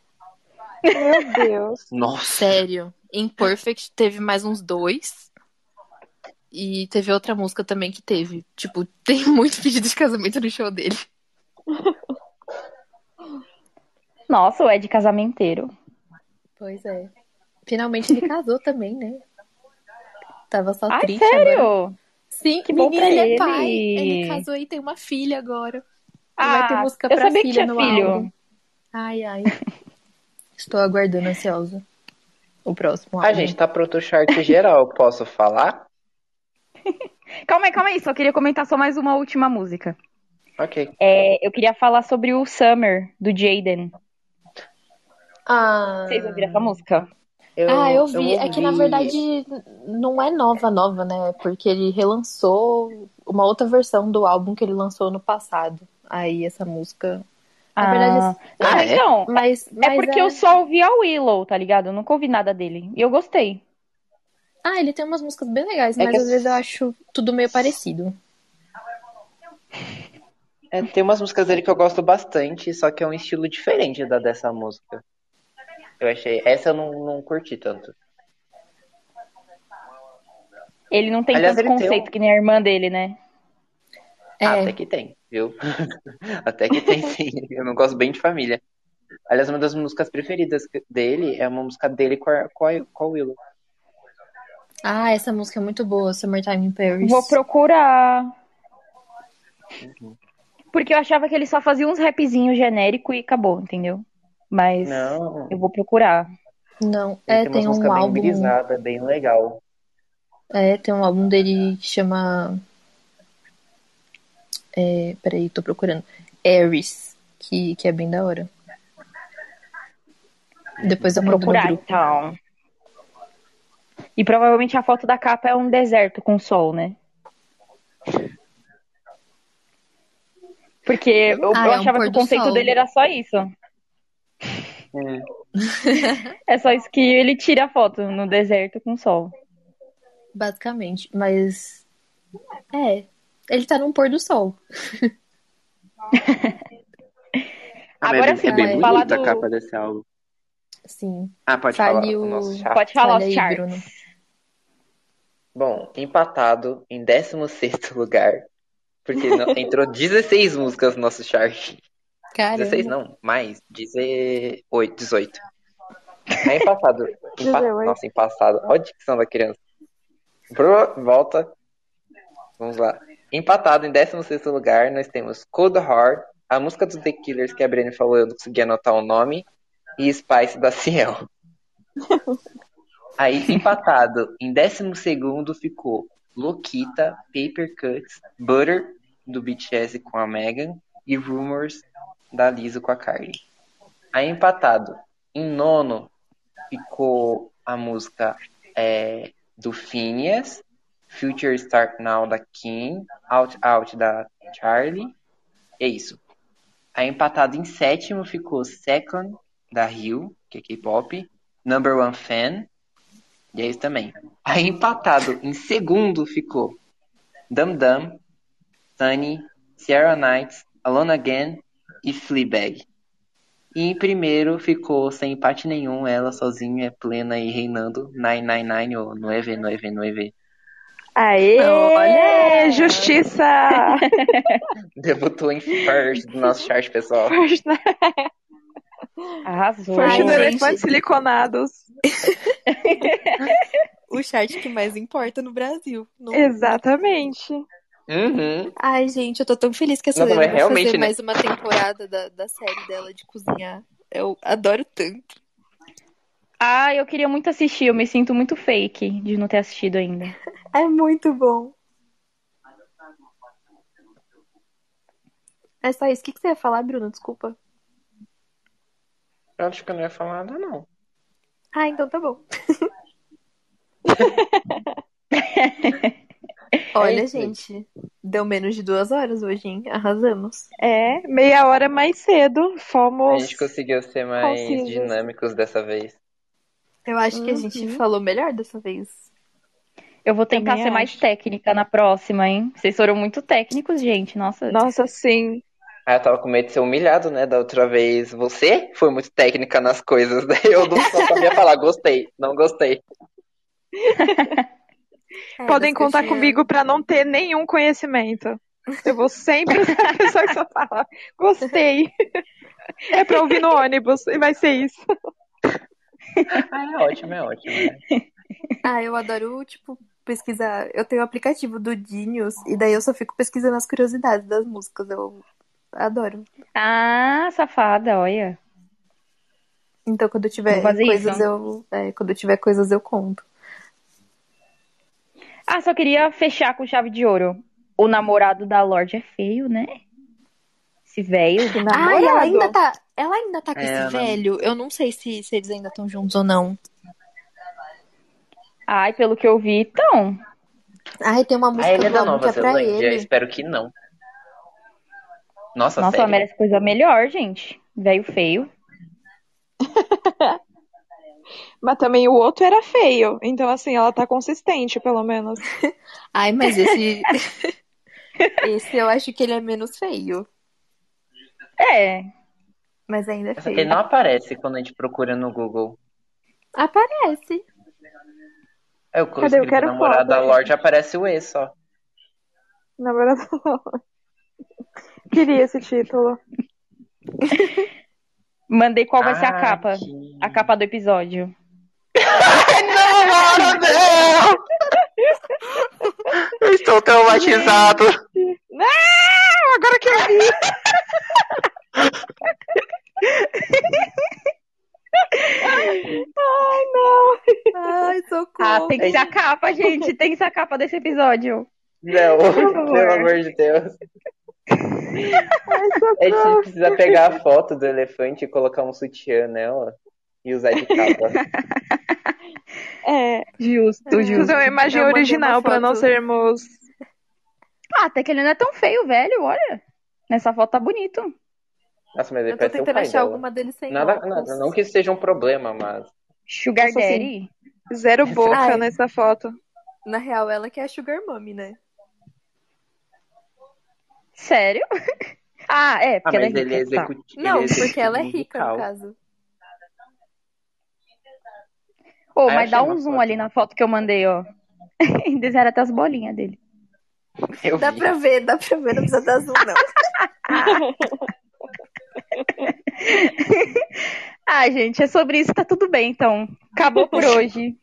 D: Meu Deus.
C: Nossa.
B: Sério. Em Perfect teve mais uns dois. E teve outra música também que teve. Tipo, <laughs> tem muito pedido de casamento no show dele.
A: Nossa, o Ed é casamenteiro.
B: Pois é. Finalmente ele casou também, né? Tava só
A: Ai,
B: triste
A: sério?
B: agora. Sim,
A: Que bom
B: menina,
A: pra
B: ele, é
A: ele.
B: pai. Ele casou e tem uma filha agora. E vai ter
A: Ah,
B: música
A: eu
B: pra
A: sabia que
B: filha
A: tinha
B: no
A: filho.
B: álbum.
A: <laughs>
B: Ai, ai. Estou aguardando ansiosa o próximo álbum.
C: A gente tá pro outro chart geral, posso falar?
A: Calma aí, calma aí. Só queria comentar só mais uma última música.
C: Ok.
A: É, eu queria falar sobre o Summer, do Jaden.
B: Ah,
A: Vocês ouviram essa música?
C: Eu,
B: ah, eu vi. é que na
C: ouvi-
B: verdade não é nova, nova, né? Porque ele relançou uma outra versão do álbum que ele lançou no passado. Aí essa música. Na verdade, assim,
A: Ah,
C: Ah, é?
A: então.
B: mas, mas
A: É porque eu só ouvi a Willow, tá ligado? Eu nunca ouvi nada dele. E eu gostei.
B: Ah, ele tem umas músicas bem legais,
C: É
B: mas
C: que
B: às
C: eu-
B: vezes eu acho tudo meio parecido.
C: É, tem umas músicas dele que eu gosto bastante, só que é um estilo diferente da dessa música. Eu achei. Essa eu não, não curti tanto.
A: Ele não tem
C: Aliás,
A: tanto
C: ele tem
A: conceito
C: um-
A: que nem a irmã dele, né?
B: É,
C: Ah, Até que tem, viu? <laughs> Até que tem, sim. Eu não gosto bem de família. Aliás, uma das músicas preferidas que- dele é uma música dele com a, com a, com a Willow.
B: Ah, essa música é muito boa, Summertime in Paris.
A: Vou procurar.
C: Uhum.
A: Porque eu achava que ele só fazia uns rapzinhos genérico e acabou, entendeu? Mas
C: Não,
A: eu vou procurar.
B: Não,
C: ele
B: é,
C: tem umas músicas
B: tem
C: bem
B: um
C: né?
B: álbum,
C: brisada, bem legal.
B: é, tem um álbum dele que chama é, peraí, tô procurando. Aries, que, que é bem da hora. Depois eu
A: Vou
B: mando no
A: procurar,
B: grupo.
A: então.
B: então.
A: E provavelmente a foto da capa é um deserto com sol, né? Porque eu, eu
B: Ah, é um
A: achava
B: pôr
A: que o
B: do
A: conceito
B: sol.
A: dele era só isso.
C: Hum.
A: É só isso que ele tira a foto no deserto com sol.
B: Basicamente, mas é, ele tá num pôr do sol.
C: Ah, mas
A: Agora
C: é bem,
A: sim,
C: é bem
B: vai.
A: falar
C: bonita a
A: do-
C: capa desse álbum.
B: Sim.
C: Ah, pode
B: Fale
C: falar o nosso
B: o-
C: chá.
A: Pode falar
B: Fale
A: os
B: assim.
A: charts.
B: aí, Bruno.
C: Bom, empatado em 16º <laughs> lugar, porque no- entrou 16 músicas no nosso chart. 16
B: Caramba.
C: não, mais 18, 18. <laughs> É empatado. Empa...
G: 18.
C: Nossa, empatado. Olha a dicção da criança. Bru- Volta. Vamos lá. Empatado em 16º lugar, nós temos Cold Heart, a música dos The Killers que a Breno falou, eu não consegui anotar o nome, e Spice da Ciel. Aí, empatado em 12º ficou Lokita, Paper Cuts, Butter, do BTS com a Megan, e Rumors, da Lizzo com a Carly. Aí, empatado em nono ficou a música é, do Phineas, Future Start Now da Kim, Out Out da Charlie. É isso. Aí empatado em sétimo ficou Second da Rio, que é K-pop, Number One Fan, e é isso também. Aí empatado em segundo ficou Dum Dum, Sunny, Sierra Knights, Alone Again e Fleabag. E em primeiro ficou sem empate nenhum, ela sozinha, plena e reinando, 999 ou 999.
D: Aê!
H: Olha! <laughs>
D: Justiça!
C: Debutou em first do nosso chart, pessoal.
D: First, né?
A: Arrasou.
D: First
H: Ai,
D: do
H: gente.
D: elefantes siliconados.
H: O chart que mais importa no Brasil. Não-
B: É.
D: Exatamente.
C: Uhum.
H: Ai, gente, eu tô tão feliz que a
C: Nossa,
H: Selena
C: mas
H: vai
C: realmente,
H: fazer
C: né?
H: mais uma temporada da, da série dela de cozinhar. Eu adoro tanto.
A: Ah, eu queria muito assistir. Eu me sinto muito fake de não ter assistido ainda.
H: É muito bom. É só isso. O que, que você ia falar, Bruno? Desculpa.
C: Eu acho que eu não ia falar nada, não.
H: Ah, então tá
B: <laughs>
H: bom.
B: É
H: Olha,
C: isso,
H: gente, deu menos de duas horas hoje, hein? Arrasamos.
D: É, meia hora mais cedo.
C: A
D: Fomos.
C: gente conseguiu ser mais
D: Concisos.
C: dinâmicos dessa vez.
B: Eu acho que a gente falou melhor dessa vez.
A: Eu vou tentar
D: Também
A: ser mais técnica na próxima, hein? Vocês foram muito técnicos, gente. Nossa.
D: Nossa, sim.
C: Ah, eu tava com medo de ser humilhado, né? Da outra vez. Você foi muito técnica nas coisas, né? Eu não só sabia falar, gostei, não gostei.
B: É,
D: Podem
B: das
D: contar
B: coxinhas.
D: comigo pra não ter nenhum conhecimento. Eu vou sempre ser a <laughs> pessoa que só fala, gostei. <laughs> É pra ouvir no ônibus, e vai ser isso.
C: Ah, é ótimo, é ótimo. né?
B: Ah, eu adoro, tipo, pesquisar. Eu tenho o aplicativo do Genius e daí eu só fico pesquisando as curiosidades das músicas. Eu adoro.
A: Ah, safada, olha.
B: Então, quando eu tiver
A: Vou fazer
B: coisas,
A: isso.
B: eu. é, quando eu tiver coisas, eu conto.
A: Ah, só queria fechar com chave de ouro. O namorado da Lorde é feio, né? Esse velho.
J: Que
B: Ah,
J: namorado.
B: e ela ainda tá. Ela ainda tá com
C: É,
B: esse
C: ela-
B: velho. Eu não sei se, se eles ainda estão juntos ou não.
A: Ai, pelo que eu vi, então.
B: Ai, tem uma
C: Ah,
B: música
C: ele é
B: do
C: da
B: álbum que
C: Nova
B: é pra
C: Zelândia?
B: ele.
C: Espero que não. Nossa,
A: Nossa, ela
C: Tá sério?
A: merece coisa melhor, gente. Velho feio.
D: Mas também o outro era feio, então assim, ela tá consistente, pelo menos.
B: Ai, mas esse. <laughs> esse eu acho que ele é menos feio.
A: É.
B: Mas ainda é
C: Ele
B: feio.
C: não aparece quando a gente procura no Google.
B: Aparece.
C: Eu
D: Cadê? Eu
C: escrevi
D: quero
C: É, namorado da
D: foto.
C: Lorde, aparece o E só.
D: Na verdade, <laughs> queria esse título.
A: Mandei qual vai ser a
C: Ah,
A: capa.
C: que-
A: A capa do episódio.
C: Não, não! Eu estou traumatizado.
D: Não, agora que eu vi.
B: Ai,
A: Ah, tem
B: socorro.
A: que ser a capa, gente. Tem que ser a capa desse episódio.
C: Não,
A: favor.
C: pelo amor de Deus. É A gente precisa pegar a foto do elefante e colocar um sutiã nela e usar de capa.
D: É,
A: Justo,
D: preciso
A: justo.
D: ter é uma imagem
B: Eu mandei
D: original
B: uma
D: pra não
B: foto.
D: sermos.
A: Ah, até que ele não é tão feio, velho. Olha. Nessa foto tá bonito.
C: Nossa, mas ele
B: Eu tô
C: parece o
B: tentando
C: pai
B: achar
C: dela.
B: alguma deles sem
C: Nada,
B: óculos.
C: nada, não que isso seja um problema, mas.
A: Sugar
D: Nossa,
A: Daddy.
D: Zero boca né?
B: Ai.
D: nessa foto.
B: Na real, ela que é a Sugar Mommy, né?
A: Sério? <laughs> Ah, é,
C: Ah,
A: porque ela é
C: mas ele é
A: rica. Tá.
C: executivo.
B: Não, porque ela é rica, no caso.
A: Ô,
C: Ah, eu
A: mas dá
C: achei
A: um
C: uma
A: zoom
C: foto.
A: ali na foto que eu mandei, ó. <laughs> Desenharam até as bolinhas dele.
C: Eu
B: Dá
C: vi.
B: pra ver, dá pra ver, não precisa dar zoom, não.
A: Ah, gente, é sobre isso, tá tudo bem, então. Acabou <laughs> por hoje.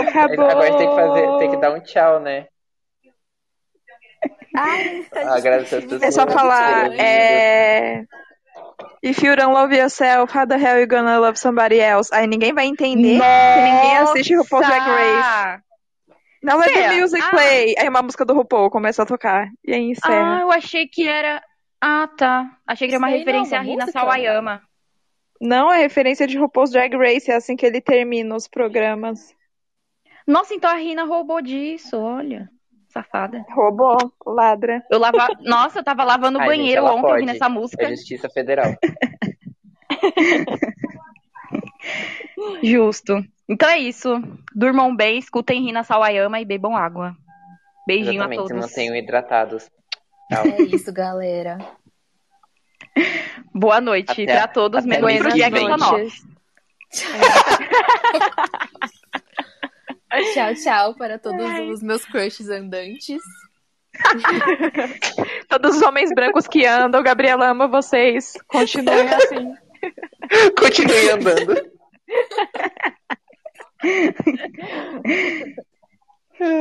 D: Acabou.
C: Agora a gente tem que fazer, tem que dar um tchau, né?
B: Ai, a gente
C: Agradecer as
B: precisa
D: É
C: pessoas
D: só
B: dar
C: terem
D: falar.
C: vindo.
D: É... If you don't love yourself, how the hell you gonna love somebody else? Aí ninguém vai entender.
A: Nossa!
D: ninguém assiste RuPaul's Drag Race. Não let the
A: Pera,
D: music
A: ah.
D: play. Aí é uma música do RuPaul começa a tocar. E aí encerra.
A: Ah, eu achei que era. Ah, tá. Achei que era uma
B: Isso aí não é
A: referência
B: uma
A: à Rina
B: música?
A: Sawayama.
D: Não é referência de RuPaul's Drag Race, é assim que ele termina os programas.
A: Nossa, então a Rina roubou disso, olha. Safada.
D: Roubou, ladra.
A: Eu <laughs> lava... Nossa, eu tava lavando o
C: Ai, gente,
A: banheiro
C: ela
A: ontem
C: pode.
A: ouvindo essa
C: É
A: música.
C: Justiça Federal.
A: Justo. Então é isso. Durmam bem, escutem Rina Sawayama e bebam água. Beijinho a
C: Exatamente, se
A: todos.
C: mantenham hidratados. Tchau.
B: É isso, galera.
A: Boa noite
C: Até-
A: pra todos,
C: até
A: menos pro
C: mês
D: Buenas
C: que
A: Jackson
C: vem.
A: Sanoff.
D: noites.
B: Tchau, tchau para todos os meus crushes andantes.
D: Todos os homens brancos que andam, Gabriela ama vocês. <laughs> Continuem assim.
C: Continue andando.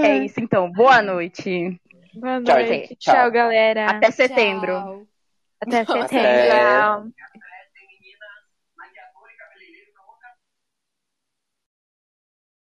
A: É isso então. Boa noite.
D: Boa
C: Tchau,
D: noite.
C: gente.
D: Tchau,
C: Tchau.
D: galera.
A: Até setembro.
B: Tchau.
D: Até
C: É.
B: Até.
D: setembro.